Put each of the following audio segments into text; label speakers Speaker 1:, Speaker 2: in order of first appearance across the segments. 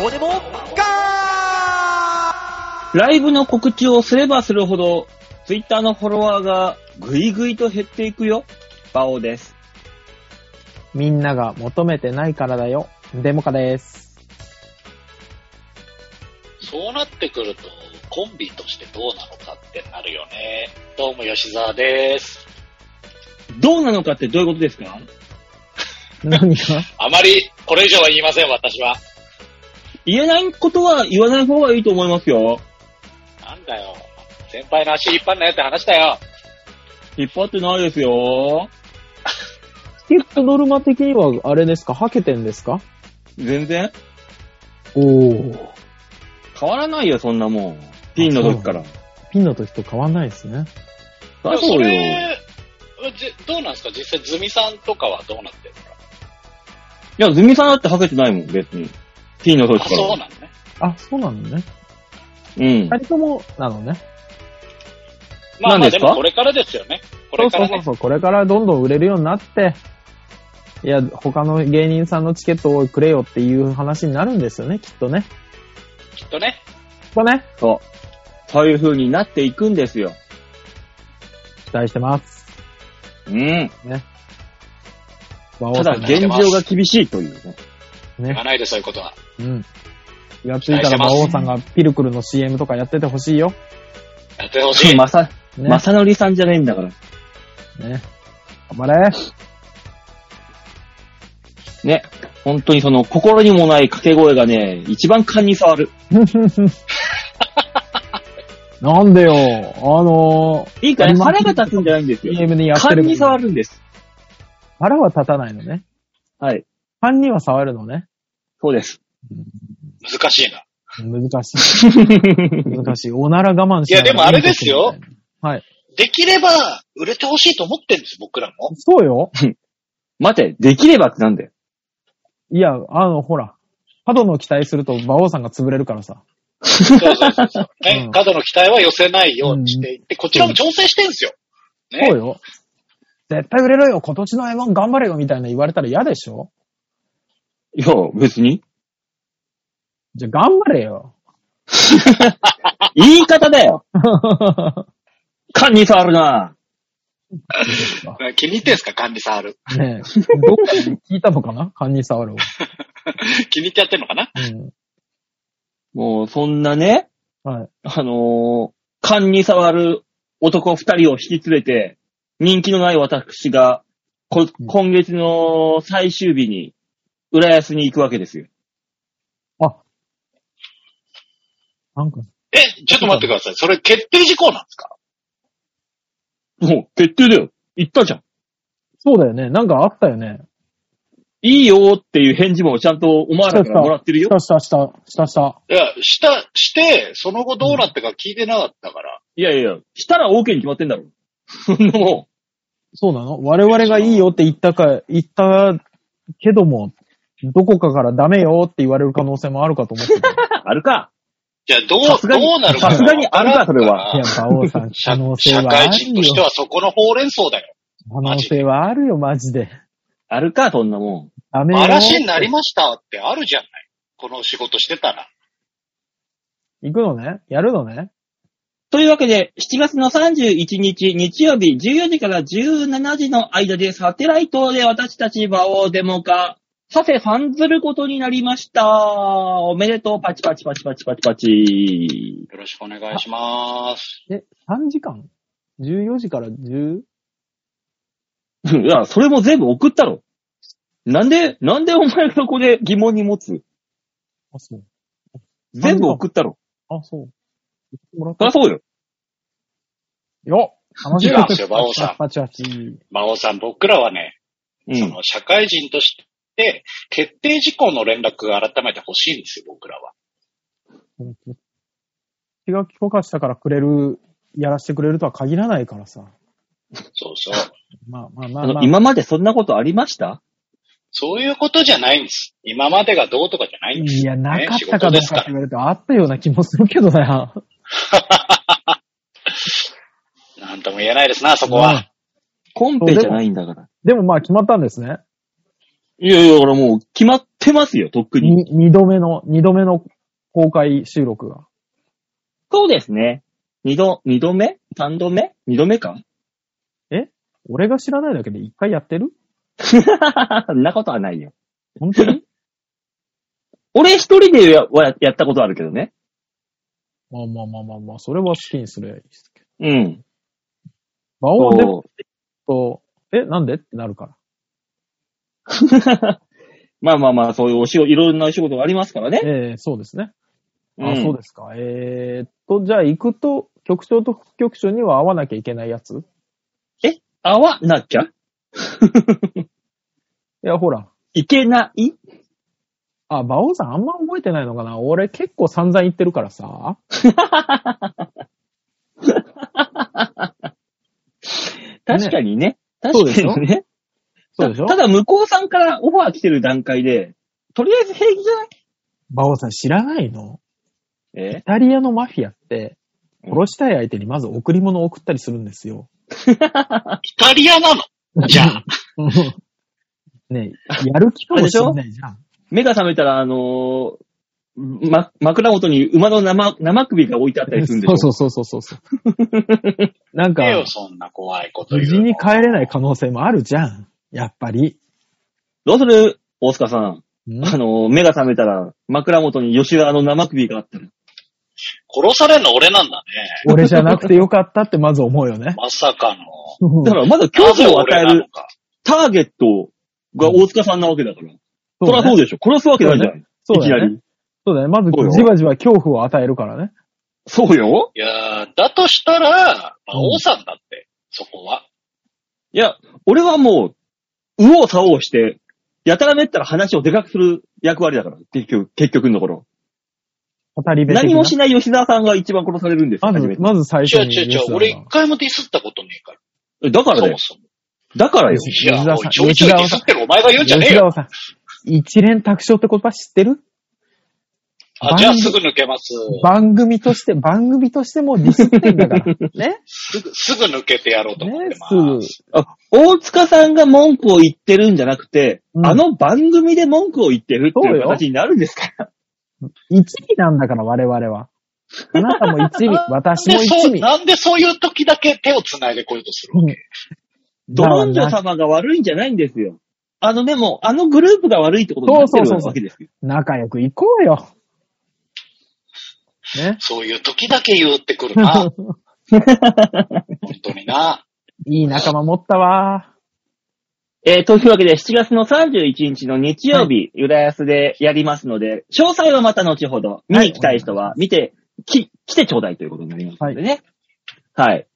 Speaker 1: どうでもガー
Speaker 2: ライブの告知をすればするほど、ツイッターのフォロワーがぐいぐいと減っていくよ。バオです。
Speaker 3: みんなが求めてないからだよ。デモカです。
Speaker 4: そうなってくると、コンビとしてどうなのかってなるよね。どうも吉沢です。
Speaker 2: どうなのかってどういうことですか
Speaker 3: 何が
Speaker 4: あまりこれ以上は言いません、私は。
Speaker 2: 言えないことは言わない方がいいと思いますよ。
Speaker 4: なんだよ。先輩の足引っ張んなよって話だよ。
Speaker 2: 引っ張ってないですよ。
Speaker 3: スティックノルマ的にはあれですかはけてんですか
Speaker 2: 全然
Speaker 3: おー。
Speaker 2: 変わらないよ、そんなもん。ピンの時から。
Speaker 3: ピンの時と変わんないですね。
Speaker 2: そりゃそうよ。
Speaker 4: れじどうなんですか実際、ズミさんとかはどうなってるんですか
Speaker 2: いや、ズミさんだってはけてないもん、別に。ピンの時
Speaker 4: あ、
Speaker 2: か
Speaker 4: そう
Speaker 2: ら。
Speaker 4: なのね。
Speaker 3: あ、そうなのね。
Speaker 2: うん。
Speaker 3: 二人ともなのね。
Speaker 4: まあま
Speaker 2: 何で
Speaker 4: あです
Speaker 2: か
Speaker 4: もこれからですよね。
Speaker 3: そ
Speaker 4: こ
Speaker 3: う
Speaker 4: れか
Speaker 3: そう
Speaker 4: ら
Speaker 3: そ
Speaker 4: ね
Speaker 3: う。そう。これからどんどん売れるようになって、いや、他の芸人さんのチケットをくれよっていう話になるんですよね、きっとね。
Speaker 4: きっとね。
Speaker 3: きっとね、
Speaker 2: そう。そういう風になっていくんですよ。
Speaker 3: 期待してます。
Speaker 2: うん。
Speaker 3: 馬
Speaker 2: ただ、現状が厳しいというね。
Speaker 4: 言
Speaker 3: ね
Speaker 4: わ。ないで、そういうことは。
Speaker 3: うん。気がついたら馬王さんがピルクルの CM とかやっててほしいよ。
Speaker 4: やってほしい。
Speaker 2: まさ、
Speaker 3: ね。
Speaker 2: まさのりさんじゃねえんだから。
Speaker 3: ね。頑張れ。
Speaker 2: ね。本当にその、心にもない掛け声がね、一番勘に触る。
Speaker 3: なんでよ。あの
Speaker 2: いいか
Speaker 3: あ
Speaker 2: ら、
Speaker 3: ります
Speaker 2: 腹が立つんじゃないんです
Speaker 3: ー、
Speaker 2: よ。
Speaker 3: CM にやって
Speaker 2: 勘
Speaker 3: る。
Speaker 2: に触るんです。
Speaker 3: 腹は立たないのね。
Speaker 2: はい。
Speaker 3: 勘には触るのね。
Speaker 2: そう です。
Speaker 4: 難しいな。
Speaker 3: 難しい。難しい。おなら我慢しながら
Speaker 4: いやでもあれですよ。
Speaker 3: はい。
Speaker 4: できれば、売れてほしいと思ってるんです、僕らも。
Speaker 3: そうよ。
Speaker 2: 待て、できればってなんだよ。
Speaker 3: いや、あの、ほら。過度の期待すると馬王さんが潰れるからさ。
Speaker 4: そうそうそうそう。
Speaker 3: う
Speaker 4: ね
Speaker 3: ん。
Speaker 4: 過度の期待は寄せないようにしていって、こちらも調整してるんですよ。ね
Speaker 3: そう。よ。絶対売れろよ。今年の M1 頑張れよ。みたいな言われたら嫌でしょ
Speaker 2: いや、別に。
Speaker 3: じゃあ頑張れ よ。
Speaker 2: 言い方だよ。勘に触るな。
Speaker 4: 気に入ってんすか管理触る。
Speaker 3: ねえ。どこに聞いたのかな勘に触るを。
Speaker 4: 気に入っちゃってんのかな
Speaker 3: うん。
Speaker 2: もう、そんなね、
Speaker 3: はい。
Speaker 2: あのー、勘に触る男二人を引き連れて、人気のない私が、こ今月の最終日に、浦安に行くわけですよ。
Speaker 3: なんか、
Speaker 4: え、ちょっと待ってください。それ決定事項なんですか
Speaker 2: もう、決定だよ。行ったじゃん。
Speaker 3: そうだよね。なんかあったよね。
Speaker 2: いいよーっていう返事もちゃんとお前らからもらってる
Speaker 3: し
Speaker 2: よ。
Speaker 3: たしたした、したした。
Speaker 4: いや、した、して、その後どうなったか聞いてなかったから。
Speaker 2: いやいや、したら OK に決まってんだろ。そんなも
Speaker 3: そうなの我々がいいよって言ったか、言ったけども、どこかからダメよって言われる可能性もあるかと思 ってた。い
Speaker 2: ん、あるか。
Speaker 4: じゃあど
Speaker 2: さ
Speaker 4: う、
Speaker 2: すがに
Speaker 4: どうなるか。
Speaker 2: さすがにあるかそれは
Speaker 3: や、馬王さん、
Speaker 4: 社
Speaker 3: 可能性
Speaker 4: 社
Speaker 3: はあ
Speaker 4: 会
Speaker 3: る
Speaker 4: 人と
Speaker 3: よ
Speaker 4: して。はそこのほうれん草だよ。
Speaker 3: 可能性はあるよ、マジで。
Speaker 2: あるか、そんなも
Speaker 3: ダメよ。
Speaker 4: 嵐になりましたってあるじゃない。この仕事してたら。
Speaker 3: 行くのねやるのね
Speaker 2: ん。というわけで、7月の31日、日曜日、14時から17時の間で、サテライトで私たち場をデモ化、させファンズることになりました。おめでとう、パチパチパチパチパチパチ。
Speaker 4: よろしくお願いします。
Speaker 3: え、3時間 ?14 時から10、
Speaker 2: いや、それも全部送ったろ。なんで、なんでお前がそこで疑問に持つ
Speaker 3: あ、そう。
Speaker 2: 全部送ったろ。
Speaker 3: あ、そう。もらっ
Speaker 2: そりゃそうよ。
Speaker 3: よ楽しみ
Speaker 4: 違うんですよ馬王さん
Speaker 3: パチパチ。
Speaker 4: 馬王さん、僕らはね、
Speaker 2: うん。
Speaker 4: その社会人として、決定事項の連絡が改めて欲しいんですよ、僕らは。
Speaker 3: 気が許可したからくれる、やらせてくれるとは限らないからさ。
Speaker 4: そ うそう。
Speaker 3: まあまあま
Speaker 2: あ
Speaker 3: あ、ま
Speaker 2: の、
Speaker 3: あ、
Speaker 2: 今までそんなことありました
Speaker 4: そういうことじゃないんです。今までがどうとかじゃないんで
Speaker 3: い
Speaker 4: す。
Speaker 3: や、なかった
Speaker 4: ね仕
Speaker 3: か
Speaker 4: 事
Speaker 3: ど
Speaker 4: で
Speaker 3: う
Speaker 4: す
Speaker 3: か
Speaker 4: か
Speaker 3: って言われると、あったような気もするけどな。
Speaker 4: なんとも言えないですな、そこは。
Speaker 2: コンペじゃないんだから。
Speaker 3: でもまあ決まったんですね。
Speaker 2: いやいや、だからもう決まってますよ、とっくに。
Speaker 3: に二度目の、二度目の公開収録が。
Speaker 2: そうですね。二度、二度目三度目二度目か
Speaker 3: 俺が知らないだけで一回やってる
Speaker 2: そんなことはないよ。
Speaker 3: 本当に
Speaker 2: 俺一人でやはやったことあるけどね。
Speaker 3: まあまあまあまあまあ、それは好きにすればいいですけど。
Speaker 2: うん。
Speaker 3: バオはでも
Speaker 2: そう
Speaker 3: と、え、なんでってなるから。
Speaker 2: まあまあまあ、そういうお仕事、いろんなお仕事がありますからね。
Speaker 3: ええそうですね。あ、
Speaker 2: うん
Speaker 3: そうですか。えー、っと、じゃあ行くと、局長と副局長には会わなきゃいけないやつい
Speaker 2: 会わなきゃ
Speaker 3: や、ほら。
Speaker 2: いけない
Speaker 3: あ、馬王さんあんま覚えてないのかな俺結構散々言ってるからさ。
Speaker 2: 確かにね。
Speaker 3: そ
Speaker 2: 確
Speaker 3: うでしょ
Speaker 2: かにね。
Speaker 3: そうでしょ
Speaker 2: たただ、向こうさんからオファー来てる段階で、とりあえず平気じゃない
Speaker 3: 馬王さん知らないのイ
Speaker 2: え
Speaker 3: タリアのマフィアって、殺したい相手にまず贈り物を送ったりするんですよ。
Speaker 4: イタリアなのじゃあ。
Speaker 3: ねえやる気かもしれないじゃん。
Speaker 2: 目が覚めたら、あのーま、枕元に馬の生、生首が置いてあったりするんでし
Speaker 3: そ
Speaker 2: ょ
Speaker 3: うそうそうそうそうそう。 なんか
Speaker 4: え、よ、そんな怖いこと
Speaker 3: 無
Speaker 4: 言
Speaker 3: 事
Speaker 4: う
Speaker 3: に
Speaker 4: の。
Speaker 3: 帰れない可能性もあるじゃん。やっぱり。
Speaker 2: どうする大塚さん。
Speaker 3: ん
Speaker 2: あのー目が覚めたら、枕元に吉田の生首があったら。
Speaker 4: 殺されるの俺なんだね。
Speaker 3: 俺じゃなくてよかったってまず思うよね。
Speaker 4: まさかの。
Speaker 2: だから、まだ恐怖を与え
Speaker 4: なぜ俺な
Speaker 2: る
Speaker 4: のか。
Speaker 2: ターゲットが大塚さんなわけだから。そりゃそう
Speaker 3: だ
Speaker 2: でしょ。殺すわけないじゃない。
Speaker 3: そう
Speaker 2: いきな
Speaker 3: だよね。
Speaker 2: り。
Speaker 3: そうだよね。まず
Speaker 2: そうよ
Speaker 3: じわじわ恐怖を与えるからね。
Speaker 2: そうよ。
Speaker 4: いやーだとしたら、まあ、
Speaker 3: うん
Speaker 4: 王さんだって、そこは。
Speaker 2: いや、俺はもう、右往左往して、やたらめったら話をでかくする役割だから。結局、結局のところ。
Speaker 3: 語り部的な
Speaker 2: 何もしない吉沢さんが一番殺されるんですよ、
Speaker 3: ま
Speaker 2: 初
Speaker 3: ず
Speaker 2: め、て
Speaker 3: まず最初
Speaker 4: 違う
Speaker 3: に
Speaker 4: 違う違う、俺一回もディスったことねえか。
Speaker 2: えだからら
Speaker 4: そ
Speaker 2: だ
Speaker 4: も
Speaker 2: よ。
Speaker 4: そも。
Speaker 2: だからよ。
Speaker 4: いや、
Speaker 3: 吉
Speaker 4: も
Speaker 3: 田
Speaker 4: う
Speaker 3: さん
Speaker 4: ちょいちょいディスってるお前が言うんじゃねえ
Speaker 3: 吉
Speaker 4: よ。
Speaker 3: 沢さん。一連卓章って言葉知ってる
Speaker 4: あ、じゃあすぐ抜けます。
Speaker 3: 番組として、番組としてもうディスってんだ から。ね
Speaker 4: すぐ、すぐ抜けてやろうと思っ
Speaker 3: ね
Speaker 4: てます
Speaker 3: ぐ。
Speaker 4: す。
Speaker 2: あ、大塚さんが文句を言ってるんじゃなくて、
Speaker 3: うん
Speaker 2: あの番組で文句を言ってるってい
Speaker 3: そ
Speaker 2: うう
Speaker 3: よ
Speaker 2: 形になるんですから。
Speaker 3: 一味なんだから、我々は。あなたも 一味、私
Speaker 4: で
Speaker 3: も一
Speaker 4: そう、
Speaker 3: 味。
Speaker 4: なんでそういう時だけ手を繋いでこようとするわけ、
Speaker 2: ドロンジョ様が悪いんじゃないんですよ。あの、でも、あのグループが悪いってことになって
Speaker 3: そうそうそう
Speaker 2: る
Speaker 3: そう
Speaker 2: わけですよ。
Speaker 3: 仲良く行こうよ。ね。
Speaker 4: そういう時だけ言ってく るな。本当にな。
Speaker 3: いい仲間持ったわ。
Speaker 2: えーというわけで、7月の31日の日曜日、浦安でやりますので、詳細はまた後ほど、見に来たい人は、見て、き、来てちょうだいということになりますのでね。はい。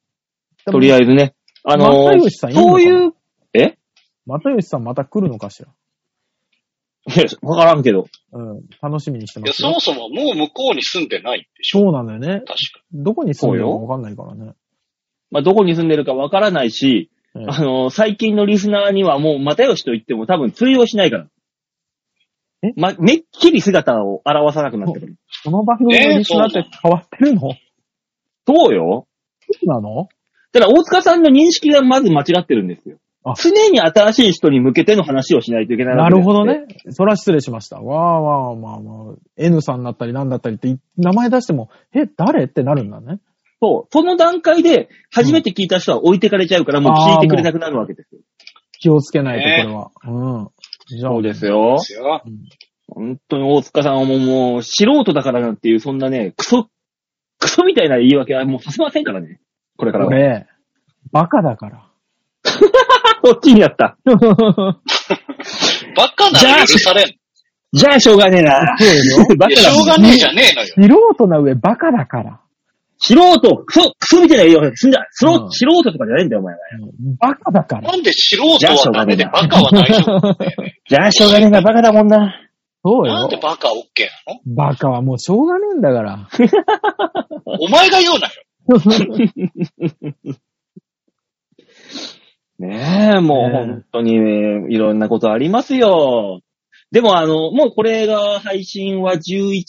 Speaker 2: とりあえずね、あの
Speaker 3: 又
Speaker 2: ー、
Speaker 3: 吉さんいるのか
Speaker 2: そ
Speaker 3: な
Speaker 2: ういう、え
Speaker 3: 又吉さんまた来るのかしら。
Speaker 2: いやわからんけど。
Speaker 3: うん。楽しみにして
Speaker 4: い
Speaker 3: ま
Speaker 4: や、
Speaker 3: す
Speaker 4: そ
Speaker 3: よ。
Speaker 4: もそももう向こうに住んでないんでしょ
Speaker 3: そうなのよね。
Speaker 4: 確か。
Speaker 3: どこに住んでるかわかんないからね。
Speaker 2: まあ、どこに住んでるかわからないし、
Speaker 3: え
Speaker 2: あのー、最近のリスナーにはもう、又吉と言っても多分通用しないから。
Speaker 3: え
Speaker 2: ま、めっきり姿を表さなくなってくる。
Speaker 3: この番組のリスナーって変わってるの、
Speaker 2: そうよ。
Speaker 3: そうなの
Speaker 2: ただ、大塚さんの認識がまず間違ってるんですよ
Speaker 3: あ。
Speaker 2: 常に新しい人に向けての話をしないといけない
Speaker 3: な
Speaker 2: わけで
Speaker 3: る
Speaker 2: す
Speaker 3: ほ
Speaker 2: よ
Speaker 3: ど。ね。そら失礼しました。わーわーわーわー。N さんだったりなんだったりってい名前出しても、え、誰ってなるんだね。
Speaker 2: そう。その段階で、初めて聞いた人は置いてかれちゃうから、もう聞いてくれなくなるわけですよ。
Speaker 3: 気をつけないと、これは。うん。じゃあ、
Speaker 2: そうですよ
Speaker 4: で。すよ。
Speaker 2: 本当に大塚さんはもう、もう素人だからなんていう、そんなね、クソ、クソみたいな言い訳はもうさせませんからね。これから は。
Speaker 3: 俺、バカだから。
Speaker 2: あ、こっちになった。
Speaker 4: バカなら許されん。
Speaker 2: じゃあ、しょうがねえな。
Speaker 3: そうよ。
Speaker 2: バ
Speaker 4: い
Speaker 2: カ
Speaker 4: や、
Speaker 2: だ
Speaker 4: しょうがねえじゃねえのよ。
Speaker 3: 素人な上バカだから。
Speaker 2: 素人、クソ、クソみたいな言い訳すんじゃない。素
Speaker 3: う
Speaker 2: 人
Speaker 3: ん
Speaker 2: 素人とかじゃないんだよ、お前は。
Speaker 3: バカだから。
Speaker 4: なんで素人はダメでバカは大丈夫なんだよね。
Speaker 2: じゃあ、しょうがねえな、バカだもんな。
Speaker 3: そう
Speaker 4: なん
Speaker 3: よ
Speaker 4: で。バカ OK なの
Speaker 3: バカはもうしょうがねえんだ から。
Speaker 4: お前が言うなよ。
Speaker 2: ねえ、もう
Speaker 3: ねえ
Speaker 2: 本当にね、いろんなことありますよ。でもあの、もうこれが配信は11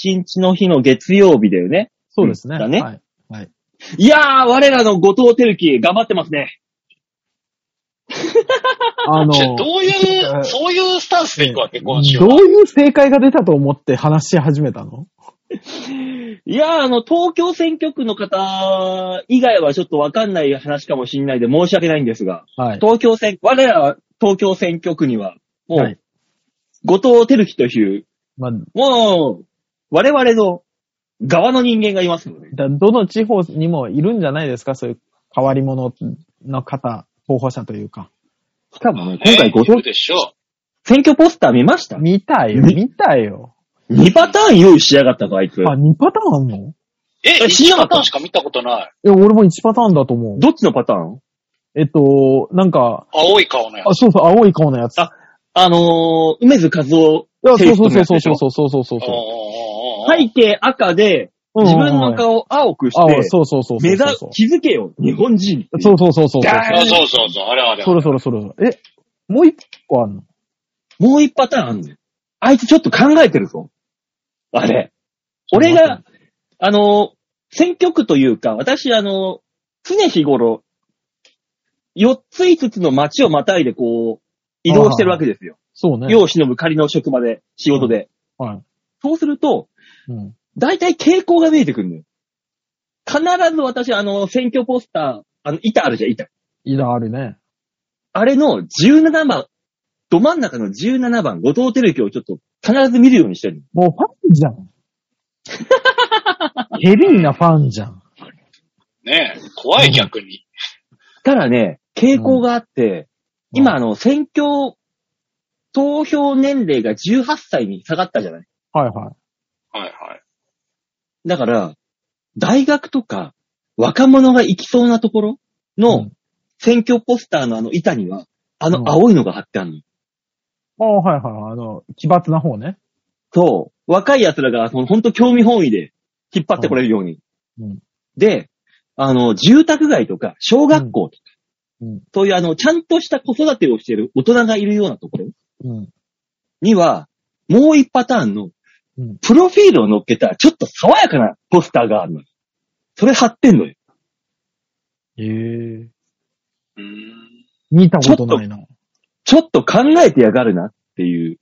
Speaker 2: 日の日の月曜日だよね。
Speaker 3: そうですね。
Speaker 2: だね
Speaker 3: はい。はい。
Speaker 2: いやー、我らの後藤輝樹、頑張ってますね。
Speaker 3: あの、
Speaker 4: どういう、そういうスタンスでいくわけ、今週は。
Speaker 3: どういう正解が出たと思って話し始めたの
Speaker 2: いやー、あの、東京選挙区の方以外はちょっとわかんない話かもしれないで申し訳ないんですが、
Speaker 3: はい。
Speaker 2: 東京選、我らは東京選挙区には、もう、
Speaker 3: はい
Speaker 2: 後藤輝樹という、
Speaker 3: まあ、
Speaker 2: もう、我々の側の人間がいますので、
Speaker 3: だどの地方にもいるんじゃないですかそういう変わり者の方、候補者というか。
Speaker 2: しかも、今
Speaker 4: ね
Speaker 2: 回ご
Speaker 4: いるでしょう。
Speaker 2: 選挙ポスター見ました
Speaker 3: 見たよ、
Speaker 2: み
Speaker 3: 見たよ。
Speaker 2: ?2 パターン用意しやがったぞ、あいつ。
Speaker 3: あ、2パターンあんの
Speaker 4: え、
Speaker 2: え知
Speaker 4: 1
Speaker 2: らな
Speaker 4: パ
Speaker 2: かった
Speaker 4: ターンしか見たことない。
Speaker 3: いや、俺も1パターンだと思う。
Speaker 2: どっちのパターン
Speaker 3: えっと、なんか、
Speaker 4: 青い顔のや
Speaker 3: あ、そうそう、青い顔のやつ。
Speaker 2: ああのー、梅津和夫
Speaker 3: いやそう
Speaker 2: 政府との
Speaker 3: そうそう
Speaker 2: やつ
Speaker 3: そう
Speaker 2: でし
Speaker 3: そう
Speaker 2: ょ
Speaker 3: そうそうそうそう
Speaker 4: つ。おーおーおーおー
Speaker 2: 背景赤で、
Speaker 3: うんうん
Speaker 2: 自
Speaker 3: うん
Speaker 2: 分の顔を青くし
Speaker 3: あ、
Speaker 2: て、
Speaker 3: そうそうそうそうそう。
Speaker 2: 目指、気づけよ、日本人っていう。
Speaker 3: そうそうそうそうそう。
Speaker 2: ガーン
Speaker 4: そうそうそう、あれあれ。
Speaker 3: そろそろそろ。え、もう一個あんの
Speaker 2: もう一パターンあるねん。あいつちょっと考えてるぞ。あれ。俺が、あの、選挙区というか、私、あの、常日頃、4つ5つの町をまたいでこう、移動してるわけですよ。
Speaker 3: そうね。
Speaker 2: 世を忍ぶ仮の職場で、仕事で。
Speaker 3: はい。
Speaker 2: そうすると、
Speaker 3: うん。
Speaker 2: 大体傾向が見えてくるのよ。必ず私、あの、選挙ポスター、あの、板あるじゃん、板。
Speaker 3: いだあるね。
Speaker 2: あれの17番、ど真ん中の17番、後藤輝樹をちょっと必ず見るようにしてるの
Speaker 3: もうファンじゃ ん。ヘビーなファンじゃん。
Speaker 4: ねえ、怖い逆に。
Speaker 2: ただね、傾向があって、
Speaker 3: うん
Speaker 2: 今、あの、選挙、投票年齢が18歳に下がったじゃない
Speaker 3: はいはい。
Speaker 4: はいはい。
Speaker 2: だから、大学とか、若者が行きそうなところ
Speaker 3: う
Speaker 2: の
Speaker 3: ん
Speaker 2: 選挙ポスターのあの板には、あ
Speaker 3: うん
Speaker 2: の青いのが貼ってあるの。
Speaker 3: ああ、はいはい。あの、奇抜な方ね。
Speaker 2: そう。若い奴らが、その本当興味本位で引っ張ってこれるように。
Speaker 3: うんうん
Speaker 2: で、あの、住宅街とか、小学校とか、
Speaker 3: うんうん
Speaker 2: そういうあの、ちゃんとした子育てをしている大人がいるようなところ
Speaker 3: うん。
Speaker 2: には、もう一パターンの
Speaker 3: うん、
Speaker 2: プロフィールを乗っけた、ちょっと爽やかなポスターがあるのよ。それ貼ってんのよ。
Speaker 3: ええ。
Speaker 4: うーん。
Speaker 3: 見たことないな。
Speaker 2: ちょっと考えてやがるなっていう。
Speaker 4: い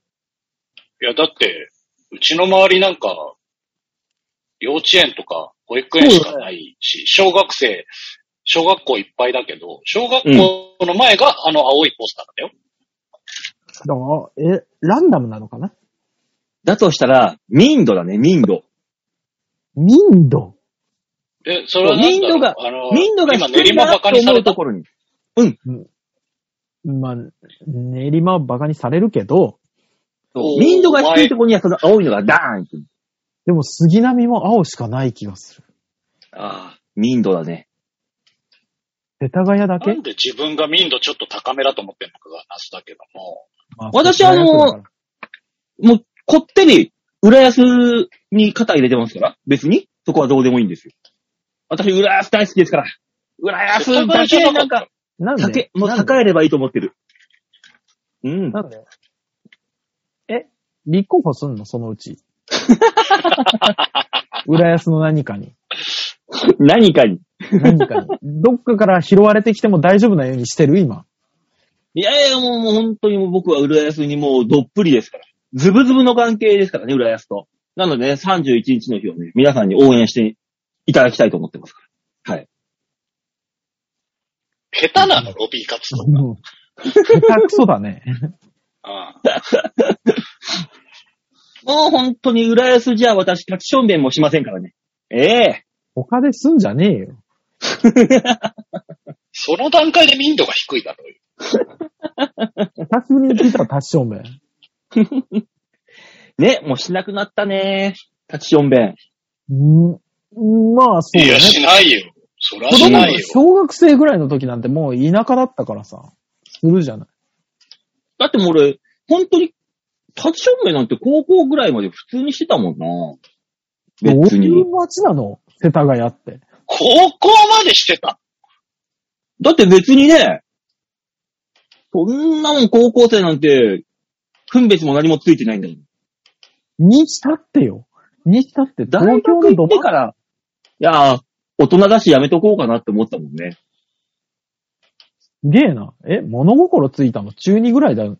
Speaker 4: や、だって、うちの周りなんか、幼稚園とか保育園しかないし、小学生、小学校いっぱいだけど、小学校の前があの青いポスターだよ。
Speaker 3: だから、え、ランダムなのかな
Speaker 2: だとしたら、民度だね、民度。
Speaker 3: 民度。
Speaker 4: で、それはなんだろう
Speaker 2: 民度が
Speaker 4: あの
Speaker 2: 民度が
Speaker 4: 今
Speaker 2: 低
Speaker 4: 練
Speaker 2: い
Speaker 4: 馬
Speaker 2: な
Speaker 4: バ
Speaker 2: と
Speaker 4: カにさ
Speaker 2: 思
Speaker 4: れ
Speaker 2: う
Speaker 4: た
Speaker 2: と。ころに。
Speaker 3: まあ、練馬はバカにされるけど、
Speaker 4: おー
Speaker 2: 民度が低いところにはその青いのがダーンって。
Speaker 3: でも杉並も青しかない気がする。
Speaker 2: ああ、民度だね。
Speaker 3: 世田谷だ
Speaker 4: な
Speaker 3: け
Speaker 4: んで自分が民度ちょっと高めだと思ってんのかがナスだけども。
Speaker 3: まあ
Speaker 2: 私
Speaker 3: 世田谷
Speaker 2: あの
Speaker 3: 区だか
Speaker 2: もう、こってり、浦安に肩入れてますから、別に、そこはどうでもいいんですよ。私、浦安大好きですから。浦安だけなんか、
Speaker 3: らなんで
Speaker 2: 竹、もう
Speaker 3: なんで
Speaker 2: 栄えればいいと思ってる。うん。
Speaker 3: なんでえ、立候補すんのそのうち。浦安の何かに。
Speaker 2: 何かに。
Speaker 3: 何かに。どっかから拾われてきても大丈夫なようにしてる今。
Speaker 2: いやいや、もうもう本当にもう僕は浦安にもうどっぷりですから。ズブズブの関係ですからね、浦安と。なのでね、31日の日をね、皆さんに応援していただきたいと思ってますか
Speaker 4: 下手なの、ロビー活動が。
Speaker 3: もう下手くそだね。
Speaker 4: うん
Speaker 2: ら。もう本当に浦安じゃ私、立ち証明もしませんからね。ええ
Speaker 3: 他ですんじゃねえよ。
Speaker 4: その段階で民度が低いだろうよ。
Speaker 3: 久しぶりに聞いたら達証明。
Speaker 2: ね、もうしなくなったね。立ち証明。
Speaker 3: うん、まあそう
Speaker 4: い
Speaker 3: だ
Speaker 4: や、
Speaker 3: ね。
Speaker 4: しないよ。そりゃ
Speaker 3: 子
Speaker 4: し
Speaker 3: 供
Speaker 4: な
Speaker 3: が
Speaker 4: いよ。
Speaker 3: 小学生ぐらいの時なんてもう田舎だったからさ、するじゃない。
Speaker 2: だってもう俺、本当に、立ち証明なんて高校ぐらいまで普通にしてたもんな。
Speaker 3: どう
Speaker 2: 別
Speaker 3: い
Speaker 2: に
Speaker 3: う。街なの世田谷って。
Speaker 4: 高校までしてた。
Speaker 2: だって別にね、そんなもん高校生なんて、分別も何もついてないんだよ。
Speaker 3: にしたってよ。にしたって
Speaker 2: 大
Speaker 3: 東京
Speaker 2: 学
Speaker 3: の
Speaker 2: 行
Speaker 3: ど
Speaker 2: ってから、いやー、大人だしやめとこうかなって思ったもんね。
Speaker 3: ゲーな。え、物心ついたの中2ぐらいだか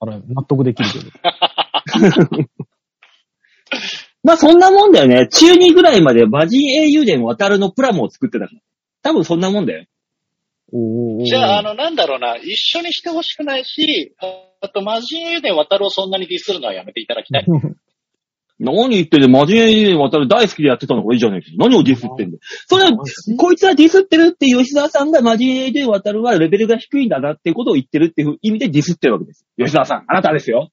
Speaker 3: ら納得できるけど。
Speaker 2: まあそんなもんだよね。中2ぐらいまでマジ英雄伝渡るのプラモを作ってたから。多分そんなもんだよ。
Speaker 3: おーおーおー
Speaker 4: じゃあ、あの、なんだろうな、一緒にしてほしくないし、ああと、魔人英雄伝渡るをそんなにディスるのはやめていただきたい。
Speaker 2: 何言ってんだよマジ英雄伝渡る大好きでやってたのがいいじゃねえか。何をディスってんだよ。それは、こいつはディスってるって吉沢さんがマジ英雄伝渡るはレベルが低いんだなっていうことを言ってるっていう意味でディスってるわけです。吉沢さん、あなたですよ。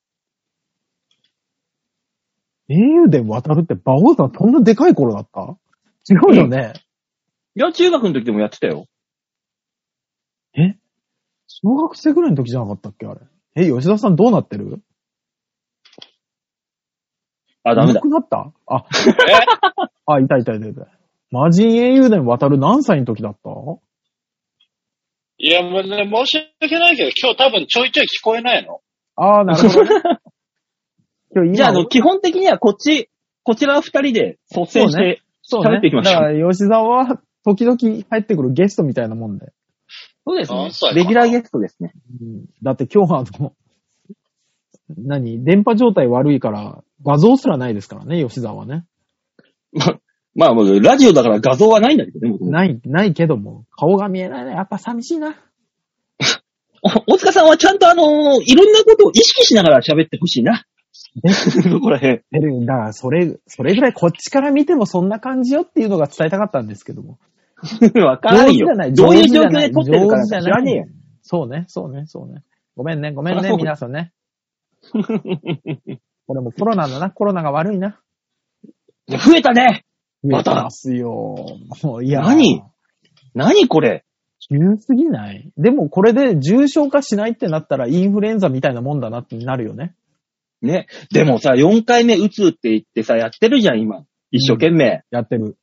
Speaker 3: 英雄伝渡るって、馬王さんそんなでかい頃だった違うよね。
Speaker 2: いや、中学の時でもやってたよ。
Speaker 3: 小学生ぐらいの時じゃなかったっけあれ。え、吉田さんどうなってる
Speaker 2: あ、ダメだ
Speaker 3: いな。くなったあ、
Speaker 4: え
Speaker 3: あ、いたいたいたいた。魔人英雄伝渡る何歳の時だった
Speaker 4: いや、もうね、申し訳ないけど、今日多分ちょいちょい聞こえないの。
Speaker 3: ああ、なるほど、 ね。今日今
Speaker 2: じゃあ、あの、基本的にはこっち、こちら二人で率先して、
Speaker 3: そう
Speaker 2: 喋っていきましょう
Speaker 3: だから、吉沢は、時々入ってくるゲストみたいなもんで。
Speaker 2: そうで
Speaker 4: 何歳かな
Speaker 2: レギュラーゲストですね。
Speaker 3: うんだって今日は、あの、 何電波状態悪いから、画像すらないですからね、吉沢はね。
Speaker 2: まあ、もうラジオだから画像はないんだけどね、もともと
Speaker 3: ない、ないけども、顔が見えないね。やっぱ寂しいな。
Speaker 2: お大塚さんはちゃんとあのーいろんなことを意識しながら喋ってほしいな。
Speaker 3: え
Speaker 2: そこら辺。
Speaker 3: テレビだから、それ、それぐらいこっちから見てもそんな感じよっていうのが伝えたかったんですけども。
Speaker 2: わからん
Speaker 3: 上手じゃな
Speaker 2: よ。
Speaker 3: い
Speaker 2: どういう
Speaker 3: 上手じ
Speaker 2: 状
Speaker 3: ゃ
Speaker 2: 況
Speaker 3: ない
Speaker 2: で撮ってるか知
Speaker 3: 上手じゃ
Speaker 2: ら
Speaker 3: ない
Speaker 2: ねえよ。
Speaker 3: そうね、そうね、そうね。ごめんね、ごめん
Speaker 2: あ
Speaker 3: ね
Speaker 2: そ、う
Speaker 3: 皆さんね。これもコロナだな、コロナが悪いな。
Speaker 2: いや増えたね。また
Speaker 3: 増えてますよ。もういや、
Speaker 2: 何何これ。
Speaker 3: 急すぎないでもこれで重症化しないってなったらインフルエンザみたいなもんだなってなるよね。
Speaker 2: ね。でもさ、4回目打つって言ってさ、やってるじゃん、今。一生懸命。
Speaker 3: やってる。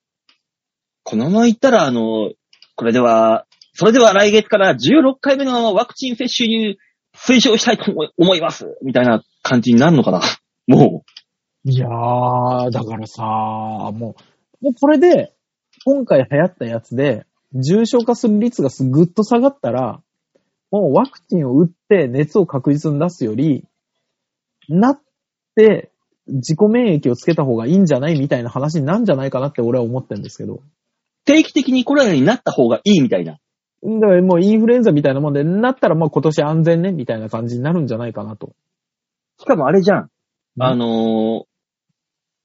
Speaker 2: このままいったら、あの、これでは、それでは来月から16回目のワクチン接種に推奨したいと思い思います。みたいな感じになるのかな。も
Speaker 3: いやー、だからさ、もう、もうこれで、今回流行ったやつで、重症化する率がすぐっと下がったら、もうワクチンを打って熱を確実に出すより、なって、自己免疫をつけた方がいいんじゃないみたいな話になんじゃないかなって俺は思ってるんですけど。
Speaker 2: う、定期的にコロナになった方がいいみたいな。
Speaker 3: だからもうインフルエンザみたいなもんで、なったらまあ今年安全ね、みたいな感じになるんじゃないかなと。
Speaker 2: しかもあれじゃん。あのー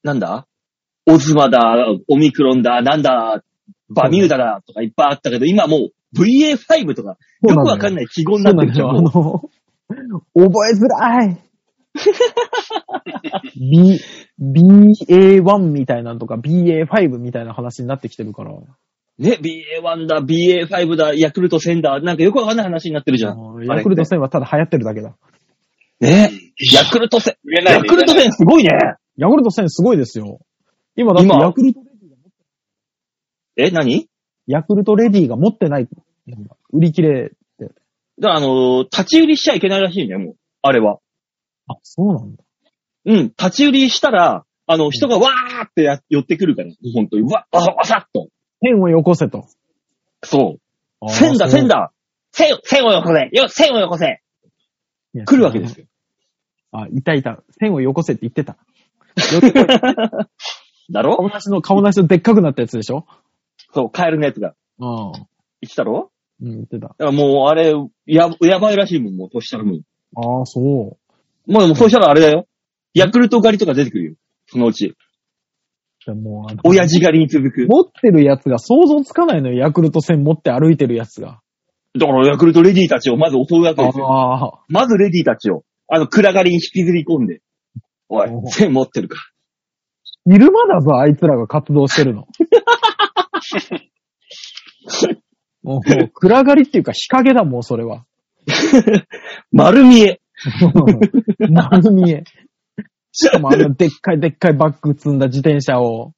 Speaker 2: なんだオズマだ、オミクロンだ、なんだ、バミューダだとかいっぱいあったけど、今もう VA5 とか、よくわかん
Speaker 3: い。
Speaker 2: ない記号に
Speaker 3: そ
Speaker 2: な
Speaker 3: う
Speaker 2: って
Speaker 3: なん
Speaker 2: るじゃ
Speaker 3: だよ。
Speaker 2: ん。
Speaker 3: あ
Speaker 2: もう
Speaker 3: の、覚えづらい。B、BA1 みたいなのとか BA5 みたいな話になってきてるから。
Speaker 2: ね、BA1 だ、BA5 だ、ヤクルト1000だ、なんかよくわかんない話になってるじゃん。
Speaker 3: あのヤクルト1000はただ流行ってるだけだ。
Speaker 2: ね。ヤクルト戦。
Speaker 4: 言えない
Speaker 2: ヤ
Speaker 4: で
Speaker 2: クルト戦すごいね。
Speaker 3: ヤクルト1000すごいですよ。今だって
Speaker 2: 今
Speaker 3: ヤクルト、
Speaker 2: え、何
Speaker 3: ヤクルトレディが持ってない。なんか売り切れ。
Speaker 2: だからあのー立ち売りしちゃいけないらしいね、もう。あれは。
Speaker 3: あ、そうなんだ。
Speaker 2: うん、立ち売りしたら、あの、人がわーってや寄ってくるから、本当に。わ、あ、わさっと。
Speaker 3: 線をよこせと。
Speaker 2: そう。線だ、線
Speaker 3: だ。
Speaker 2: だ線、線をよこせよ、線をよこせ
Speaker 3: いや
Speaker 2: 来るわけですよ。
Speaker 3: あ、いたいた。線をよこせって言ってた。よってこい
Speaker 2: だろ
Speaker 3: 顔なしの、顔なしのでっかくなったやつでしょ
Speaker 2: そう、カエルのやつが。
Speaker 3: うん。
Speaker 2: 生きたろ
Speaker 3: うん、言ってた。
Speaker 2: だからもう、あれ、や、やばいらしいもん、もう、そしたらもう。
Speaker 3: ああ、そう。
Speaker 2: もう、もうそうしたらあれだよ。ヤクルト狩りとか出てくるよ。そのうち。
Speaker 3: でもうあの
Speaker 2: 親父狩りに続く。
Speaker 3: 持ってるやつが想像つかないのよ。ヤクルト1000持って歩いてるやつが。
Speaker 2: だから、ヤクルトレディーたちをまず襲うわけですよ。
Speaker 3: ああ。
Speaker 2: まずレディたちを、あの、暗がりに引きずり込んで、おい
Speaker 3: お、う
Speaker 2: 線持ってるか。
Speaker 3: 昼間だぞ、あいつらが活動してる の。もう、暗がりっていうか日陰だ、もうそれは。
Speaker 2: 丸見え。
Speaker 3: 丸見え。しかもあんなでっかいでっかいバッグ積んだ自転車を。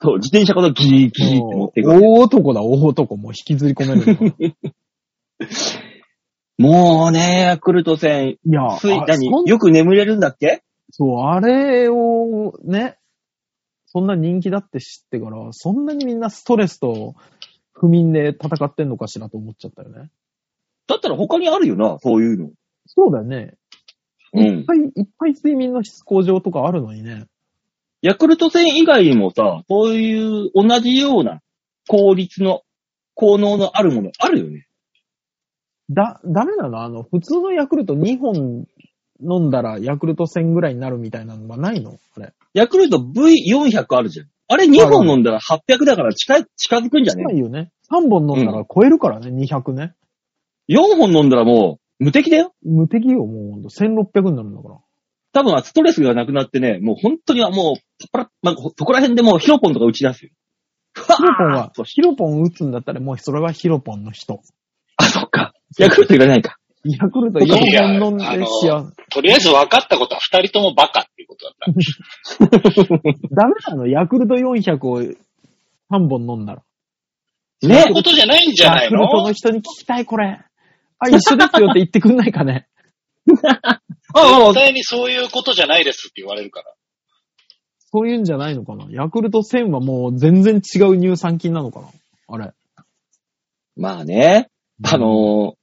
Speaker 2: そう、自転車からギーギーって持
Speaker 3: も
Speaker 2: って
Speaker 3: う
Speaker 2: いく。
Speaker 3: 大男だ、大男。もう引きずり込めるの。い
Speaker 2: もうね、ヤクルト戦、
Speaker 3: や、あ
Speaker 2: つい、何
Speaker 3: そん
Speaker 2: よく眠れるんだっけ
Speaker 3: そう、あれをね、そんな人気だって知ってから、そんなにみんなストレスと不眠で戦ってんのかしらと思っちゃったよね。
Speaker 2: だったら他にあるよな、そういうの。
Speaker 3: そうだね。
Speaker 2: う
Speaker 3: いっ
Speaker 2: ん。
Speaker 3: ぱいいっぱい睡眠の質向上とかあるのにね。
Speaker 2: ヤクルト戦以外にもさ、そういう同じような効率の、効能のあるものあるよね。
Speaker 3: だ、ダメなのあの、普通のヤクルト2本飲んだらヤクルト1000ぐらいになるみたいなのはないのあれ。
Speaker 2: ヤクルト V400 あるじゃん。あれ2本飲んだら800だから近い、近づくんじゃね
Speaker 3: ないよね。3本飲んだら超えるからね、200ね。
Speaker 2: ?4 本飲んだらもう無敵だよ。
Speaker 3: 無敵よ、もうほんと。1600になるんだから。
Speaker 2: 多分ストレスがなくなってね、もう本当にはもう、パラッまあ、そこら辺でもうヒロポンとか打ち出すよ。ヒ
Speaker 3: ヒロポンは、
Speaker 2: そし
Speaker 3: ヒロポン打つんだったらもうそれはヒロポンの人。
Speaker 2: あ、そっか。ヤクルトいらないか。
Speaker 3: ヤクルト4本飲んで
Speaker 4: いやあの
Speaker 3: 幸せ。
Speaker 4: とりあえず分かったことは二人ともバカっていうことだった。
Speaker 3: ダメなのヤクルト400を3本飲んだら。
Speaker 4: そう
Speaker 2: ね
Speaker 4: いうことじゃないんじゃな
Speaker 3: ヤ
Speaker 4: い
Speaker 3: クルトの
Speaker 4: の
Speaker 3: 人に聞きたい、これ。あ、一緒ですよって言ってくんない かね。
Speaker 2: ああ
Speaker 4: 絶、対にそういうことじゃないですって言われるから。
Speaker 3: そういうんじゃないのかなヤクルト1000はもう全然違う乳酸菌なのかなあれ。
Speaker 2: まあね。あの